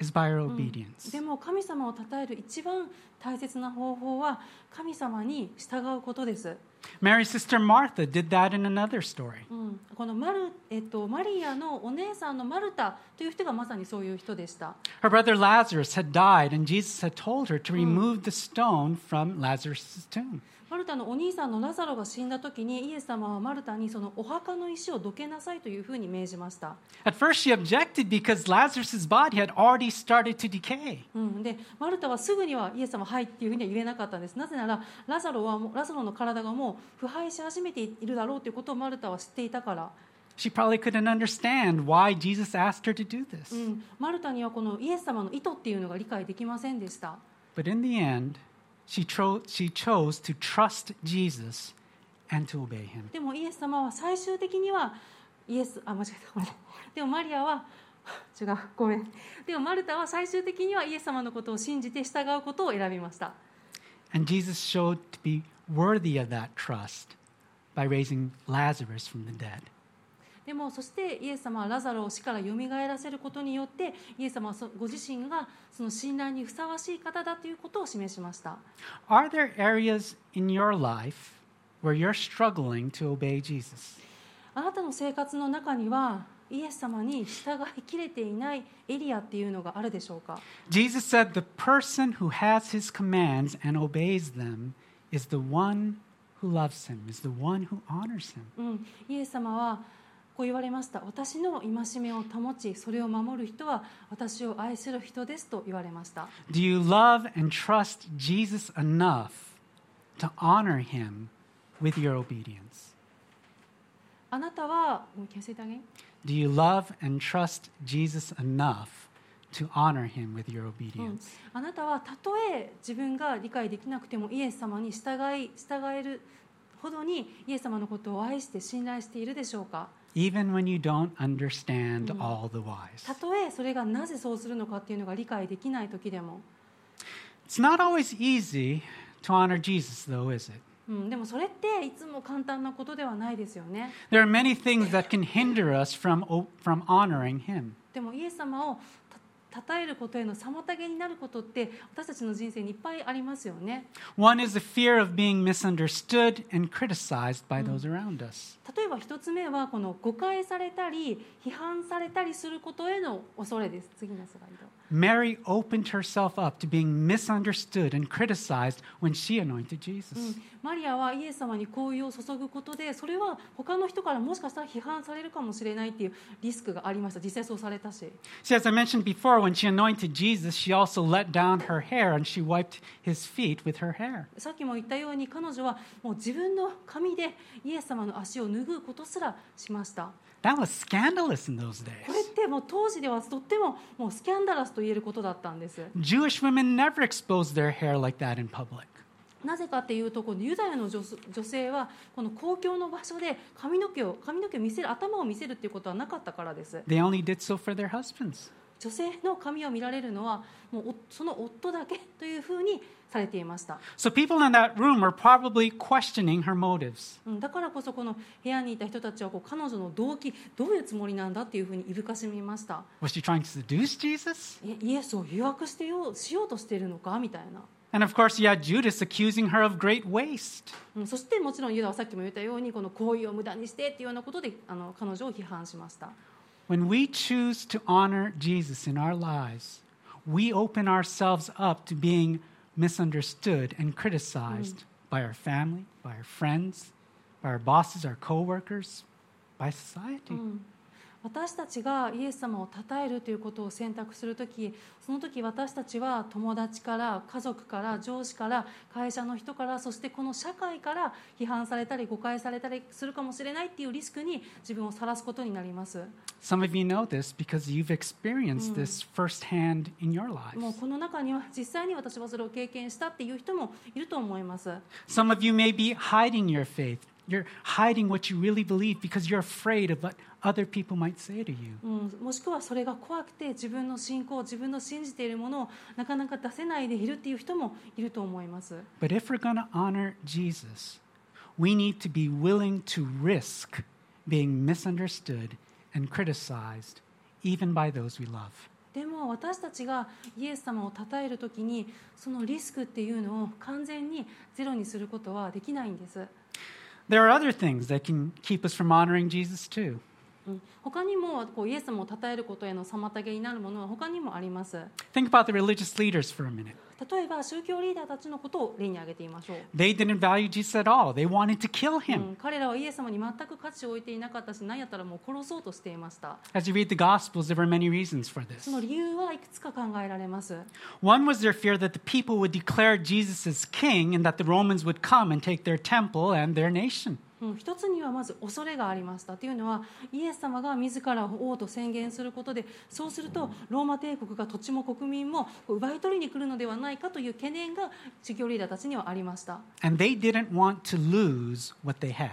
Speaker 1: is by our obedience.
Speaker 2: でも神様を称える一番大切な方法は神様に従うことです、
Speaker 1: Mary's sister Martha did that in another story.
Speaker 2: うん、このマル、えっと、マリアのお姉さんのマルタという人がまさにそういう人でした
Speaker 1: Her brother Lazarus had died, and Jesus had told her to remove the stone from Lazarus' tomb.
Speaker 2: マルタのお兄さんのラザロが死んだ時にイエス様はマルタにそのお墓の石をどけなさいというふうに命じました
Speaker 1: At first, she objected because Lazarus' body had already started to decay.
Speaker 2: うん、でマルタはすぐにはイエス様はいっていうふうには言えなかったんですなぜならラザロはもうラザロの体がもう腐敗し始めているだろうということをマルタは知っていたから、
Speaker 1: She probably couldn't understand why Jesus asked her to do this.
Speaker 2: うん、マルタにはこのイエス様の意図っていうのが理解できませんでした
Speaker 1: But in the end, she, tro- she chose to trust Jesus and to obey him.
Speaker 2: でもイエス様は最終的にはイエスあ間違えたごめんでもマリアは 違うごめんでもマルタは最終的にはイエス様のことを信じて従うことを選びました
Speaker 1: And Jesus showed to be worthy of that trust by raising Lazarus from the dead.
Speaker 2: でもそしてイエス様はラザロを死からよみがえらせることによってイエス様はそご自身がその信頼にふさわしい方だということを示しました
Speaker 1: Are there areas in your life where you're struggling to obey Jesus?
Speaker 2: あなたの生活の中にはイエス様に従いきれていないエリアっていうのがあるでしょうか
Speaker 1: Jesus said, The person who has his commands and obeys them is the one who loves him, is the one who honors him.
Speaker 2: うん、イエス様はこう言われました私の戒めを保ちそれを守る人は私を愛する人ですと言われました
Speaker 1: Do you love and trust Jesus enough to honor him with your obedience?
Speaker 2: あなたはうん Can you say it again?
Speaker 1: Do you love and trust Jesus enough to honor him with your
Speaker 2: うん
Speaker 1: obedience?
Speaker 2: あなたはたとえ自分が理解できなくてもイエス様に従い従えるほどにイエス様のことを愛して信頼しているでしょうか
Speaker 1: Even when you don't understand all the whys.
Speaker 2: たとえそれがなぜそうするのかっていうのが理解できない時でも、
Speaker 1: It's not always easy to honor Jesus, though, is it?
Speaker 2: うん、でもそれっていつも簡単なことではないですよね
Speaker 1: There are many things that can hinder us from, from honoring him.
Speaker 2: でもイエス様をた称えることへの妨げになることって私たちの人生にいっぱいありますよね
Speaker 1: One is the fear of being misunderstood and criticized by those around us.
Speaker 2: 例えば一つ目はこの誤解されたり批判されたりすることへの恐れです次のスライド
Speaker 1: Mary opened herself up to being misunderstood and criticized when she anointed Jesus.
Speaker 2: マリアはイエス様に好意を注ぐことでそれは他の人からもしかしたら批判されるかもしれないっていうリスクがありました実際そうされたし
Speaker 1: See, as I mentioned before, when she anointed Jesus, she also let down her hair and she wiped his feet with her hair.
Speaker 2: さっきも言ったように彼女はもう自分の髪でイエス様の足を拭うことすらしました
Speaker 1: That was scandalous in those
Speaker 2: これっ
Speaker 1: days.
Speaker 2: てもう当時ではとってももうスキャンダラスと言えることだったんです
Speaker 1: Jewish women never exposed their hair like that in public.
Speaker 2: なぜかっていうとこのユダヤの女女性はこの公共の場所で髪の毛を髪の毛を見せる頭を見せるっていうことはなかったからです
Speaker 1: They only did so for their husbands.
Speaker 2: 女性の髪を見られるのはもうおその夫だけというふうにされていました、
Speaker 1: So people in that room were probably questioning her motives.
Speaker 2: うん、だからこそこの部屋にいた人たちはこう彼女の動機どういうつもりなんだっていうふうにいぶかしみました
Speaker 1: Was she trying to seduce Jesus?
Speaker 2: えイエスを誘惑してようしようとしているのかみたいな、
Speaker 1: And of course, you had Judas accusing her of great waste.
Speaker 2: うん、そしてもちろんユダはさっきも言ったようにこの行為を無駄にしてっていうようなことであの彼女を批判しました
Speaker 1: When we choose to honor Jesus in our lives, we open ourselves up to being misunderstood and criticized by our family, by our friends, by our bosses, our coworkers, by society.
Speaker 2: 私たちがイエス様を称えるということを選択するときその時私たちは友達から家族から上司から会社の人からそしてこの社会から批判されたり誤解されたりするかもしれないっていうリスクに自分をさらすことになります
Speaker 1: Some of you know this because you've experienced this firsthand in your
Speaker 2: もう
Speaker 1: lives.
Speaker 2: この中には実際に私はそれを経験したっていう人もいると思います
Speaker 1: Some of you may be hiding your faith. You're hiding what you really believe because you're afraid of what other people might say to you.
Speaker 2: うん、もしくはそれが怖くて自分の信仰自分の信じているものをなかなか出せないでいるっていう人もいると思います
Speaker 1: But if we're going to honor Jesus, we need to be willing to risk being misunderstood and criticized, even by those we love.
Speaker 2: でも私たちがイエス様を称えるときにそのリスクっていうのを完全にゼロにすることはできないんです、
Speaker 1: There are other things that can keep us from honoring Jesus, too.
Speaker 2: うん、他にもこうイエス様を称えることへの妨げになるものは他にもあります
Speaker 1: Think about the religious leaders for a minute.
Speaker 2: 例えば宗教リーダーたちのことを例に挙げてみましょう
Speaker 1: They didn't value Jesus at all, they wanted to kill
Speaker 2: う
Speaker 1: him.
Speaker 2: ん、彼らはイエス様に全く価値を置いていなかったし何やったらもう殺そうとしていました
Speaker 1: As you read the Gospels, there were many reasons for this.
Speaker 2: その理由はいくつか考えられます
Speaker 1: One was their fear that the people would declare Jesus as king and that the Romans would come and take their temple and their nation.
Speaker 2: うん、一つにはまず恐れがありましたというのはイエス様が自らを王と宣言することでそうするとローマ帝国が土地も国民も奪い取りに来るのではないかという懸念が宗教リーダーたちにはありました
Speaker 1: And they didn't want to lose what they had.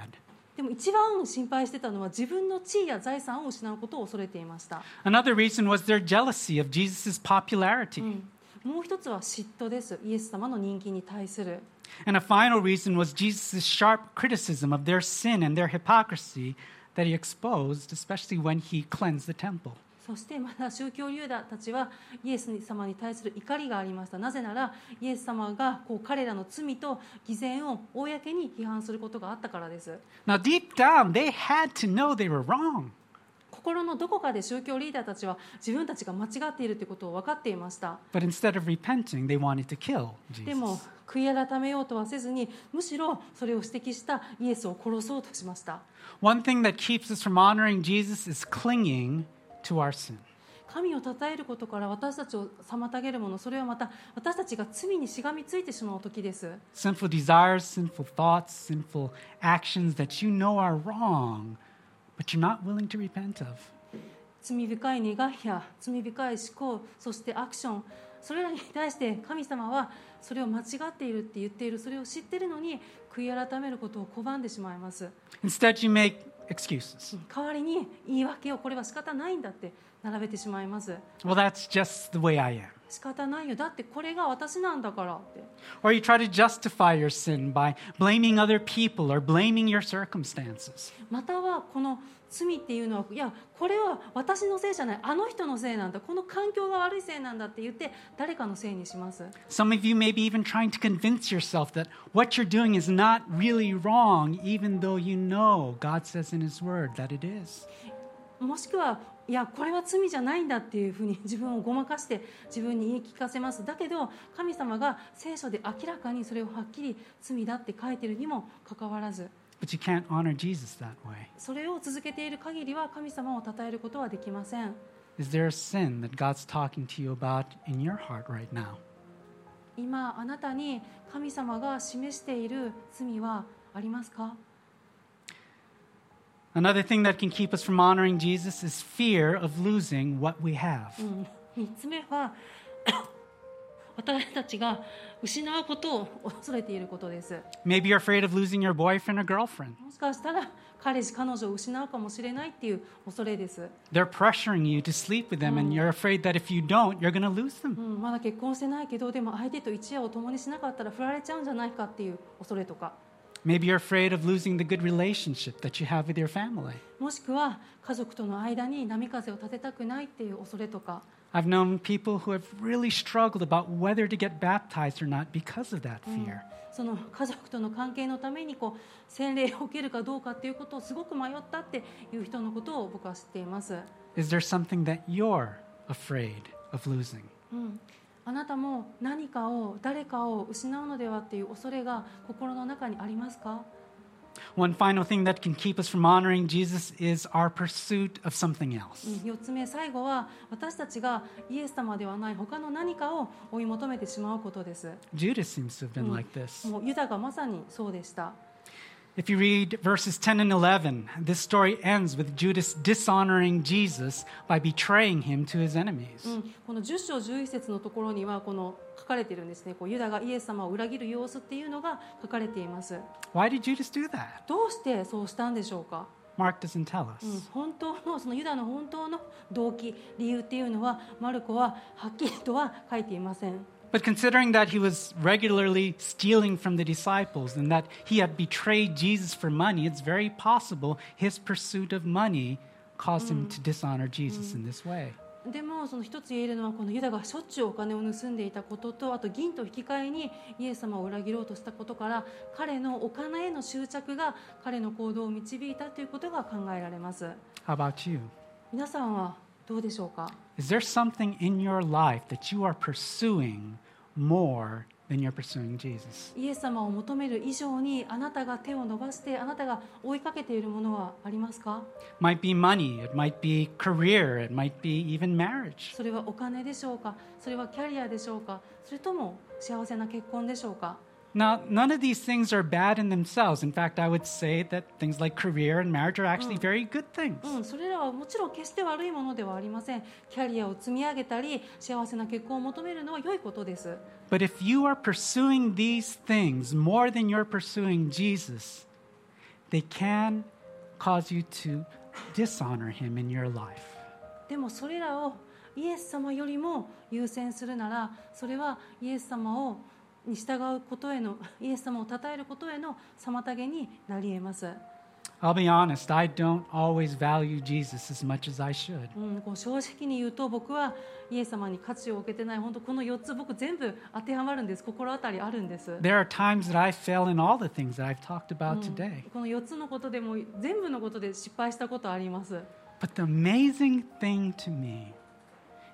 Speaker 2: でも一番心配してたのは自分の地位や財産を失うことを恐れていました、
Speaker 1: Another reason was their jealousy of Jesus' popularity.
Speaker 2: うんもう一つは嫉妬ですイエス様の人気に対する
Speaker 1: And a final reason was Jesus' sharp criticism of their sin and their hypocrisy that he exposed, especially when he cleansed the temple.
Speaker 2: そしてまだ宗教リーダーたちはイエス様に対する怒りがありましたなぜならイエス様がこう彼らの罪と偽善を公に批判することがあったからです
Speaker 1: Now, deep down, they had to know they were wrong.
Speaker 2: こ心のどこかで宗教リーダーたちは自分たちが間違っているということを分かっていました
Speaker 1: But instead of repenting, they wanted to kill
Speaker 2: でも
Speaker 1: Jesus.
Speaker 2: 悔い改めようとはせずにむしろそれを指摘したイエスを殺そうとしました
Speaker 1: One thing that keeps us from honoring Jesus is clinging to our sin.
Speaker 2: 神を称えることから私たちを妨げるものそれはまた私たちが罪にしがみついてしまう時です
Speaker 1: Sinful desires, sinful thoughts, sinful actions that you know are wrong, but you're not willing to repent of.
Speaker 2: 罪深い願いや罪深い思考そしてアクションそれらに対して神様はそれを間違っているって言っているそれを知っているのに悔い改めることを拒んでしまいます
Speaker 1: Instead, you make excuses.
Speaker 2: 代わりに言い訳をこれは仕方ないんだって並べてしまいます
Speaker 1: Well, that's just the way I am.
Speaker 2: 仕方ないよだってこれが私なんだからって
Speaker 1: Or you try to justify your sin by blaming other people or blaming your circumstances.
Speaker 2: またはこの罪っていうのはいやこれは私のせいじゃないあの人のせいなんだこの環境が悪いせいなんだって言って誰かのせいにします
Speaker 1: Some of you may be even trying to convince yourself that what you're doing is not really wrong, even though you know God says in His Word that it is.
Speaker 2: もしくはいやこれは罪じゃないんだっていうふうに自分をごまかして自分に言い聞かせますだけど神様が聖書で明らかにそれをはっきり罪だって書いてるにもかかわらず
Speaker 1: But you can't honor Jesus that way.
Speaker 2: それを続けている限りは神様を称えることはできません
Speaker 1: Is there a sin that God's talking to you about in your heart right now?
Speaker 2: 今あなたに神様が示している罪はありますか
Speaker 1: Another thing that can keep us from honoring Jesus is fear of losing what we have.
Speaker 2: 3つ目は 私たちが失うことを恐れていることです
Speaker 1: Maybe you're afraid of losing your boyfriend or girlfriend.
Speaker 2: もしかしたら彼氏彼女を失うかもしれないっていう恐れです、
Speaker 1: They're pressuring you to sleep with them, and you're afraid that if you don't, you're going to lose
Speaker 2: う
Speaker 1: them.
Speaker 2: ん、まだ結婚してないけどでも相手と一夜を共にしなかったら振られちゃうんじゃないかっていう恐れとか
Speaker 1: Maybe you're afraid of losing the good relationship that you have with your family.
Speaker 2: もしくは家族との間に波風を立てたくないっていう恐れとか
Speaker 1: I've known people who have really struggled about whether to get baptized or not because of that fear.
Speaker 2: その家族との関係のためにこう洗礼を受けるかどうかっていうことをすごく迷ったっていう人のことを僕は知っています、
Speaker 1: Is there something that you're afraid of losing?
Speaker 2: うん、あなたも何かを誰かを失うのではっていう恐れが心の中にありますか
Speaker 1: One final thing that can keep us from honoring Jesus is our pursuit of something else.
Speaker 2: 4つ目最後は私たちがイエス様ではない他の何かを追い求めてしまうことです
Speaker 1: Judas seems to have been like this.
Speaker 2: もうユダがまさにそうでした
Speaker 1: If you read verses 10 and 11, this story ends with Judas dishonoring Jesus by betraying him to his enemies.
Speaker 2: うんこの10章11節のところにはこの書かれているんですねこうユダがイエス様を裏切る様子っていうのが書かれています
Speaker 1: Why did Judas do that?
Speaker 2: どうしてそうしたんでしょうか、
Speaker 1: Mark doesn't tell
Speaker 2: うん
Speaker 1: us.
Speaker 2: 本当のそのユダの本当の動機理由っていうのはマルコははっきりとは書いていません
Speaker 1: But considering that he was regularly stealing from the disciples and that he had betrayed Jesus for money, it's very possible his pursuit of money caused him to dishonor Jesus in this way.
Speaker 2: でもその一つ言えるのはこのユダがしょっちゅうお金を盗んでいたこととあと銀と引き換えにイエス様を裏切ろうとしたことから彼のお金への執着が彼の行動を導いたということが考えられます
Speaker 1: How about you?
Speaker 2: 皆さんはどうでしょうか
Speaker 1: Is there something in your life that you are pursuing more than you're pursuing Jesus?
Speaker 2: イエス様を求める以上にあなたが手を伸ばしてあなたが追いかけているものはありますか
Speaker 1: might be money, it might be career, it might be even marriage.
Speaker 2: それはお金でしょうかそれはキャリアでしょうかそれとも幸せな結婚でしょうか
Speaker 1: Now, none of these things are bad in themselves. In fact, I would say that things like career and marriage are actually very good things.
Speaker 2: うん、それらはもちろん決して悪いものではありませんキャリアを積み上げたり幸せな結婚を求めるのは良いことです
Speaker 1: But if you are pursuing these things more than you're pursuing Jesus, they can cause you to dishonor him in your life.
Speaker 2: でもそれらをイエス様よりも優先するならそれはイエス様をに従うことへのイエス様を称えることへの妨げになり得ます、
Speaker 1: I'll be honest, I don't always value Jesus as much as I should.
Speaker 2: うん、こう正直に言うと僕はイエス様に価値を受けてない本当この4つ僕全部当てはまるんです心当たりあるんです
Speaker 1: There are times that I fail in all the things that I've talked about today.
Speaker 2: この4つのことでも全部のことで失敗したことあります
Speaker 1: But the amazing thing to me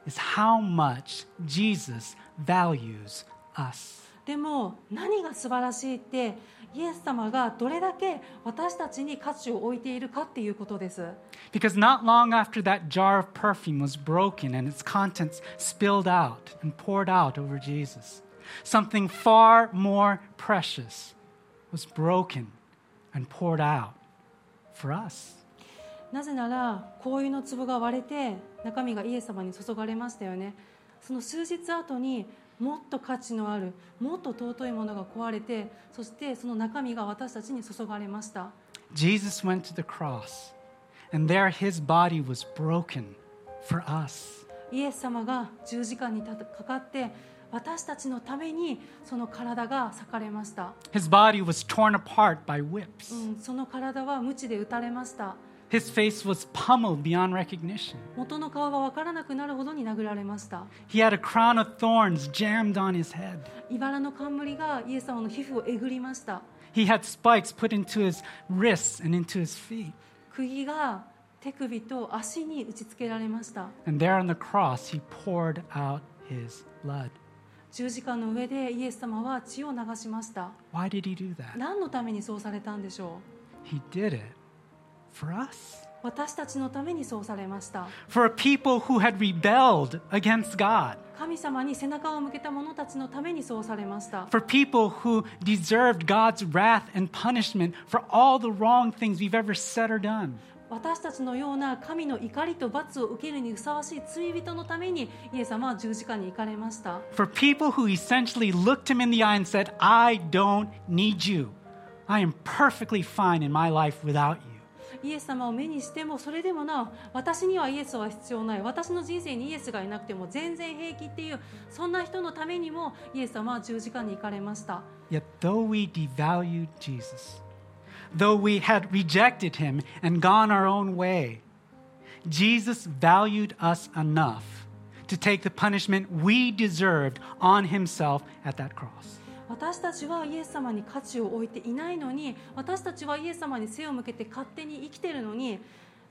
Speaker 1: is how much Jesus values us.
Speaker 2: でも何が素晴らしいってイエス様がどれだけ私たちに価値を置いているかっていうことです
Speaker 1: Because not long after that jar of perfume was broken and its contents spilled out and poured out over Jesus, something far more precious was broken and poured out for us.
Speaker 2: なぜなら香油の粒が割れて中身がイエス様に注がれましたよねその数日後にもっと価値のあるもっと尊いものが壊れてそしてその中身が私たちに注がれました
Speaker 1: Jesus went to the cross, and there his body was broken for us.
Speaker 2: イエス様が十字架にたたかかって私たちのためにその体が裂かれました、
Speaker 1: His body was torn apart by whips.
Speaker 2: うん、その体は鞭で打たれました
Speaker 1: His face was pummeled beyond recognition.
Speaker 2: 元の顔が分からなくなるほどに殴られました
Speaker 1: He had a crown of thorns jammed on his head.
Speaker 2: 茨の冠がイエス様の皮膚をえぐりました
Speaker 1: He had spikes put into his wrists and into his feet.
Speaker 2: 釘が手首と足に打ち付けられました
Speaker 1: And there on the cross, he poured out his blood.
Speaker 2: 十字架の上でイエス様は血を流しました
Speaker 1: Why did he do that?
Speaker 2: 何のためにそうされたんでしょ
Speaker 1: He did it for us,
Speaker 2: う私たちのためにそうされました
Speaker 1: for a people who had rebelled against God,
Speaker 2: 神様に背中を向けた者たちのためにそうされました
Speaker 1: for people who deserved God's wrath and punishment for all the wrong things we've ever said or done.
Speaker 2: 私たちのような神の怒りと罰を受けるにふさわしい罪人のためにイエス様は十字架に行かれました
Speaker 1: For people who essentially looked him in the eye and said, I don't need you. I am perfectly fine in my life without you.
Speaker 2: イエス様を目にしてもそれでもなお私にはイエスは必要ない私の人生にイエスがいなくても全然平気っていうそんな人のためにもイエス様は十字架に行かれました
Speaker 1: Yet though we devalued Jesus, though we had rejected him and gone our own way, Jesus valued us enough to take the punishment we deserved on himself at that cross.
Speaker 2: 私たちはイエス様に価値を置いていないのに私たちはイエス様に背を向けて勝手に生きてるのに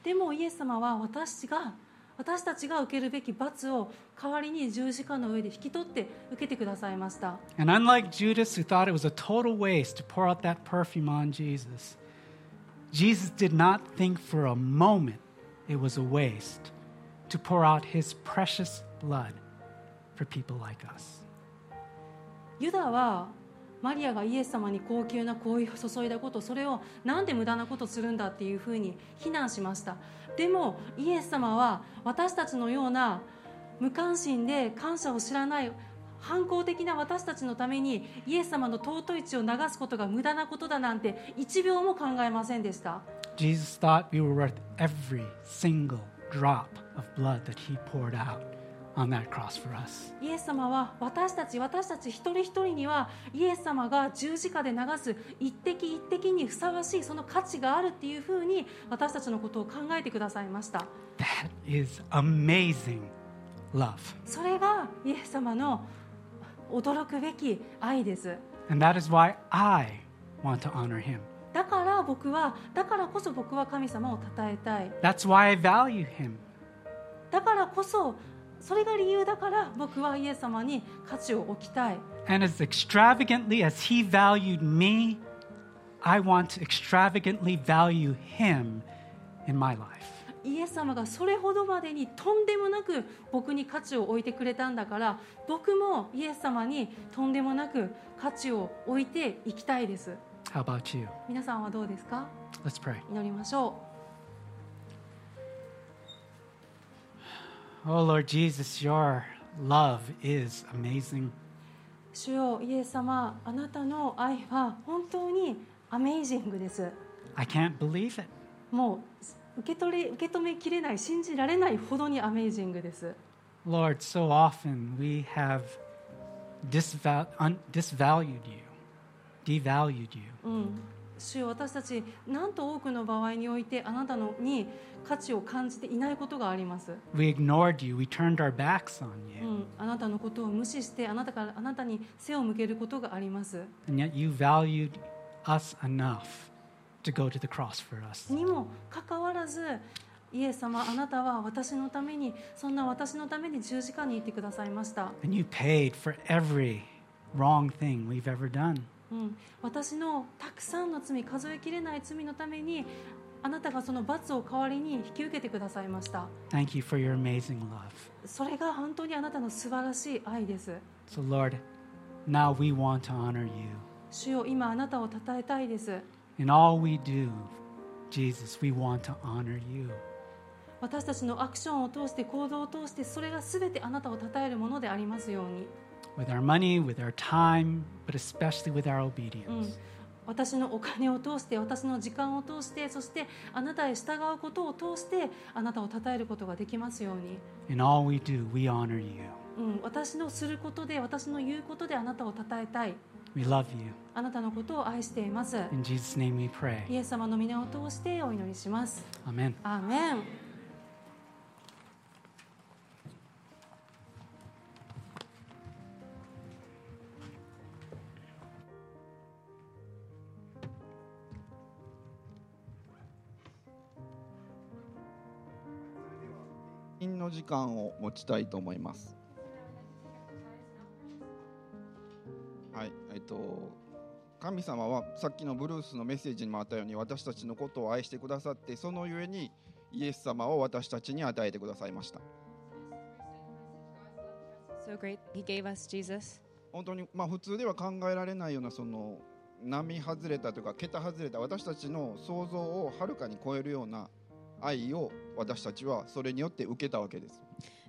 Speaker 2: でもイエス様は私が私たちが受けるべき罰を代わりに十字架の上で引き取って受けてくださいました
Speaker 1: And unlike Judas, who thought it was a total waste to pour out that perfume on Jesus, Jesus did not think for a moment it was a waste to pour out his precious blood for people like us.
Speaker 2: ユダはマリアがイエス様に高級な香油を注いだことそれをなんで無駄なことするんだっていうふうに非難しましたでもイエス様は私たちのような無関心で感謝を知らない反抗的な私たちのためにイエス様の尊い血を流すことが無駄なことだなんて1秒も考えませんでした
Speaker 1: Jesus thought we were worth every single drop of blood that he poured out on that cross for us.
Speaker 2: イエス様は私たち私たち一人一人にはイエス様が十字架で流す一滴一滴にふさわしいその価値があるっていうふうに私たちのことを考えてくださいました
Speaker 1: That is amazing love.
Speaker 2: それがイエス様の驚くべき愛です
Speaker 1: And that is why I want to honor him.
Speaker 2: だから僕はだからこそ僕は神様を称えたい
Speaker 1: That's why I value him.
Speaker 2: だからこそそれが理由だから僕はイエス様に価値を置きたい
Speaker 1: And as extravagantly as he valued me, I want to extravagantly value him in my life.
Speaker 2: イエス様がそれほどまでにとんでもなく僕に価値を置いてくれたんだから僕もイエス様にとんでもなく価値を置いていきたいです
Speaker 1: How about you?
Speaker 2: 皆さんはどうですか
Speaker 1: Let's pray.
Speaker 2: 祈りましょ
Speaker 1: Oh Lord Jesus, your love is amazing.
Speaker 2: う主よイエス様あなたの愛は本当にアメイジングです
Speaker 1: I can't believe it.
Speaker 2: もう受け取れ受け止めきれない信じられないほどにアメイジングです
Speaker 1: Lord, so often we have disval- un- disvalued you, devalued you.
Speaker 2: うん、主よ私たちなんと多くの場合においてあなたのに価値を感じていないことがあります
Speaker 1: We ignored you. We turned our backs on
Speaker 2: う
Speaker 1: you.
Speaker 2: ん、あなたのことを無視してあなたからあなたに背を向けることがあります
Speaker 1: And yet you valued us enough to go to the cross for us.
Speaker 2: にもかかわらずイエス様あなたは私のためにそんな私のために十字架に行ってくださいました、
Speaker 1: And you paid for every wrong thing we've ever done.
Speaker 2: うん、私のたくさんの罪数えきれない罪のためにあなたがその罰を代わりに引き受けてくださいました
Speaker 1: Thank you for your amazing love.
Speaker 2: それが本当にあなたの素晴らしい愛です
Speaker 1: So, Lord, now we want to honor you.
Speaker 2: 主よ今あなたを称えたいです
Speaker 1: In all we do, Jesus, we want to honor you.
Speaker 2: 私たちのアクションを通して行動を通してそれが全てあなたを称えるものでありますように
Speaker 1: With our money, with our time, but especially with our obedience.
Speaker 2: 私のお金を通して私の時間を通してそしてあなたへ従うことを通してあなたを称えることができますように、
Speaker 1: In all we do, we honor you.
Speaker 2: うん、私のすることで私の言うことであなたを称えたい
Speaker 1: We love you.
Speaker 2: あなたのことを愛しています
Speaker 1: In Jesus' name we pray.
Speaker 2: イエス様の皆を通してお祈りします
Speaker 1: Amen.
Speaker 2: アーメン
Speaker 3: 金の時間を持ちたいと思います。はい、えっと神様はさっきのブルースのメッセージにもあったように私たちのことを愛してくださってそのゆえにイエス様を私たちに与えてくださいました。
Speaker 4: So great, He gave us Jesus.
Speaker 3: 本当にまあ普通では考えられないようなその波外れたというか桁外れた私たちの想像をはるかに超えるような愛を私たちはそれによって受けたわけです。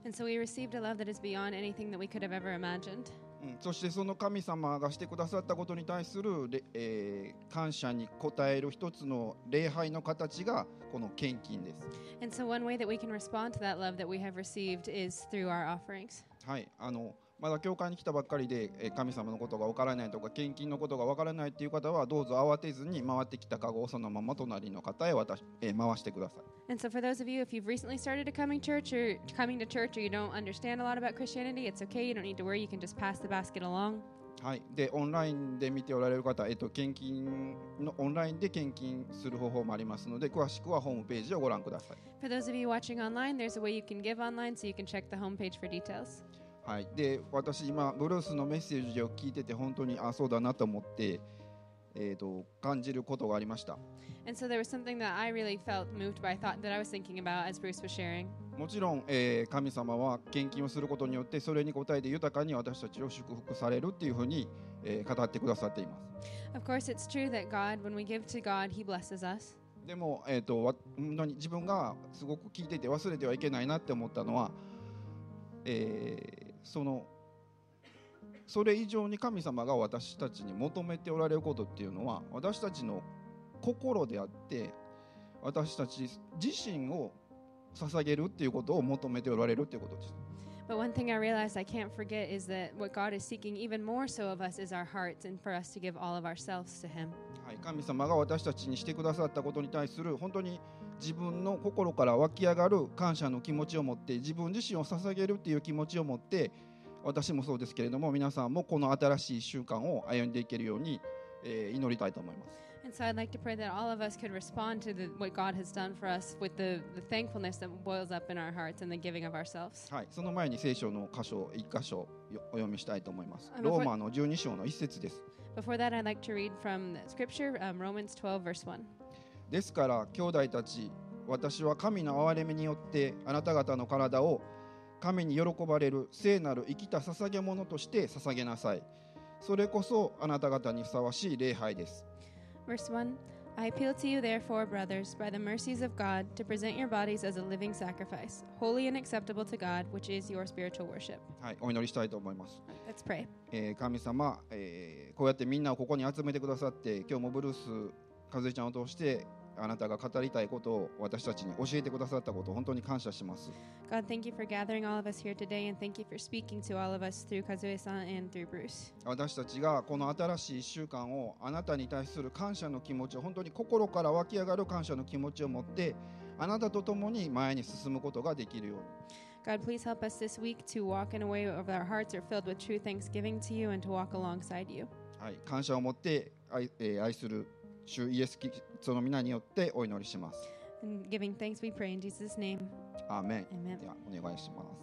Speaker 4: And so we received a love that is beyond anything that we could have ever imagined.
Speaker 3: うんそしてその神様がしてくださったことに対するれ、えー感謝に応える一つの礼拝の形がこの献金です。
Speaker 4: And so, one way that we can respond to that love that we have received is through our offerings.
Speaker 3: はい、あのまだ教会に来たばっかりで、えー神様のことがわからないとか献金のことがわからないっていう方はどうぞ慌てずに回ってきたカゴをそのまま隣の方へ渡し、えー回してください。
Speaker 4: And so, for those of you, if you've recently started a coming church or coming to church or you don't understand a lot about Christianity, it's okay. You don't need to worry. You can just pass the basket along.
Speaker 3: はい、でオンラインで見ておられる方、えっと、献金のオンラインで献金する方法もありますので詳しくはホームページをご覧ください。
Speaker 4: For those of you watching online, there's a way you can give online, so you can check the homepage for details.
Speaker 3: はい、で私今ブルースのメッセージを聞いてて本当にあそうだなと思って、えー、と感じることがありました
Speaker 4: And so, there was something that I really felt moved by, thought that I was thinking about as Bruce was sharing.
Speaker 3: もちろん、えー神様は献金をすることによってそれに応えて豊かに私たちを祝福されるっていうふうに、えー語ってくださっています
Speaker 4: Of course, it's true that God, when we give to God, He blesses us.
Speaker 3: でも、えー、とわ本当に自分がすごく聞いてて忘れてはいけないなって思ったのは、えーそのそれ以上に神様が私たちに求めておられることっていうのは私たちの心であって私たち自身を捧げるっていうことを求めておられるっていうことです。
Speaker 4: But one thing I realized I can't forget is that what God is seeking even more so of us is our hearts and for us to give all of ourselves to Him.
Speaker 3: はい、神様が私たちにしてくださったことに対する本当に自分の心から湧き上がる感謝の気持ちを持って自分自身を捧げるっていう気持ちを持って私もそうですけれども皆さんもこの新しい1週間を歩んでいけるように、えー祈りたいと思います。
Speaker 4: And so I'd like to pray that all of us could respond to the, what God has done for us with the, the thankfulness that boils up in our hearts and the giving of ourselves.
Speaker 3: はい、その前に聖書の箇所を1箇所よお読みしたいと思います
Speaker 4: あ。の
Speaker 3: ローマの12章の一節です。
Speaker 4: Before that, I'd like to read from the Scripture, um, Romans 12, verse 1.
Speaker 3: ですから兄弟たち私は神の憐れみによってあなた方の体を神に喜ばれる聖なる生きた捧げ物として捧げなさいそれこそあなた方にふさわしい礼拝です
Speaker 4: Verse 1 I appeal to you, therefore, brothers, by the mercies of God, to present your bodies as a living sacrifice, holy and acceptable to God, which is your spiritual worship.
Speaker 3: はい、お祈りしたいと思います、
Speaker 4: Let's pray.
Speaker 3: えー神様、えーこうやってみんなをここに集めてくださって今日もブルース和江ちゃんを通してあなたが語りたいことを私たちに教えてくださったことを本当に感謝します
Speaker 4: God, thank you for gathering all of us here today, and thank you for speaking to all of us through Kazue-san and through Bruce.
Speaker 3: 私たちがこの新しい1週間をあなたに対する感謝の気持ちを本当に心から湧き上がる感謝の気持ちを持ってあなたと共に前に進むことができるように
Speaker 4: God, please help us this week to walk in a way of our hearts are filled with true thanksgiving to you and to walk alongside you.
Speaker 3: はい、感謝を持って愛,、えー愛する主イエス・キリストの皆によってお祈りします
Speaker 4: And giving thanks, we pray in Jesus' name.
Speaker 3: アーメン
Speaker 4: Amen.
Speaker 3: ではお願いします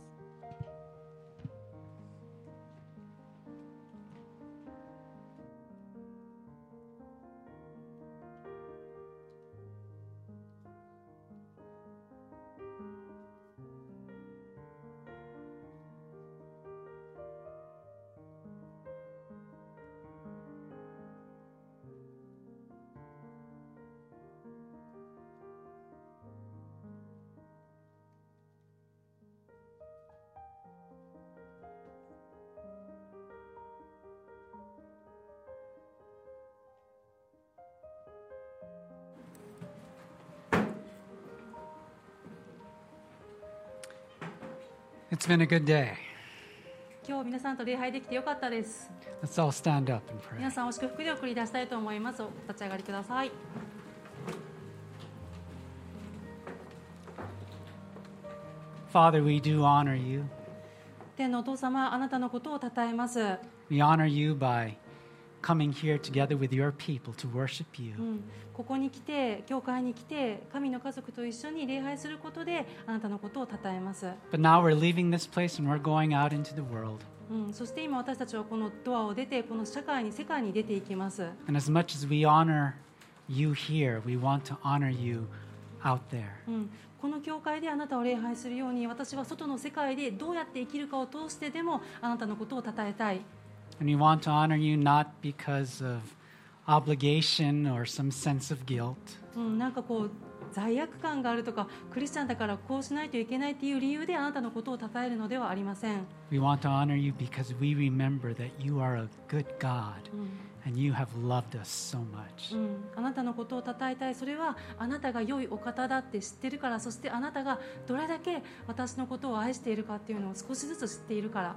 Speaker 1: It's been a good day.
Speaker 2: 今日皆さんと礼拝できてよかったです
Speaker 1: Let's all stand up and
Speaker 2: 皆
Speaker 1: pray.
Speaker 2: さんを祝福で送り出したいと思いますお立ち上がりください
Speaker 1: Father, we do honor you.
Speaker 2: 天のお父様あなたのことを称えます
Speaker 1: We honor you by coming here together with your people to worship
Speaker 2: う
Speaker 1: you.
Speaker 2: ん、ここに来て教会に来て神の家族と一緒に礼拝することであなたのことを称えます、
Speaker 1: But now we're leaving this place and we're going out into the world.
Speaker 2: うん、そして今私たちはこのドアを出てこの社会に世界に出ていきます
Speaker 1: And as much as we honor you here, we want to honor you out there.
Speaker 2: うん、この教会であなたを礼拝するように私は外の世界でどうやって生きるかを通してでもあなたのことを称えたい、
Speaker 1: And we want to honor you not because of obligation or some sense of guilt,
Speaker 2: うん、なんかこう罪悪感があるとかクリスチャンだからこうしないといけないっていう理由であなたのことを称えるのではありません、
Speaker 1: We want to honor you because we remember that you are a good God
Speaker 2: うん、
Speaker 1: and you have loved us so much.
Speaker 2: うん、あなたのことを称えたいそれはあなたが良いお方だって知ってるからそしてあなたがどれだけ私のことを愛しているかっていうのを少しずつ知っているから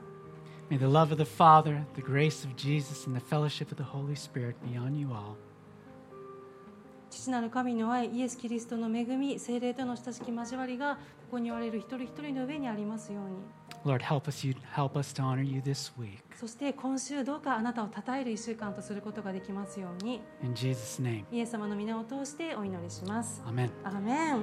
Speaker 1: May the love of the Father, the grace of Jesus, and the fellowship of the Holy Spirit be on you all.
Speaker 2: 父なる神の愛イエス・キリストの恵み精霊との親しき交わりがここにおられる一人一人の上にありますように
Speaker 1: Lord, help us, you, help us to honor you this week.
Speaker 2: そして今週どうかあなたを称える1週間とすることができますように
Speaker 1: In Jesus' name,
Speaker 2: イエス様の皆を通してお祈りします
Speaker 1: amen.
Speaker 2: アーメン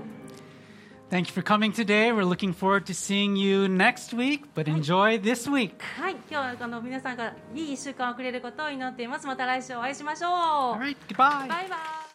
Speaker 1: Thank you for coming today. We're looking forward to seeing you next week, but enjoy this week.
Speaker 2: はい今日はあの皆さんがいい1週間をくれることを祈っていますまた来週お会いしましょう
Speaker 1: All right, goodbye.
Speaker 2: バイバイ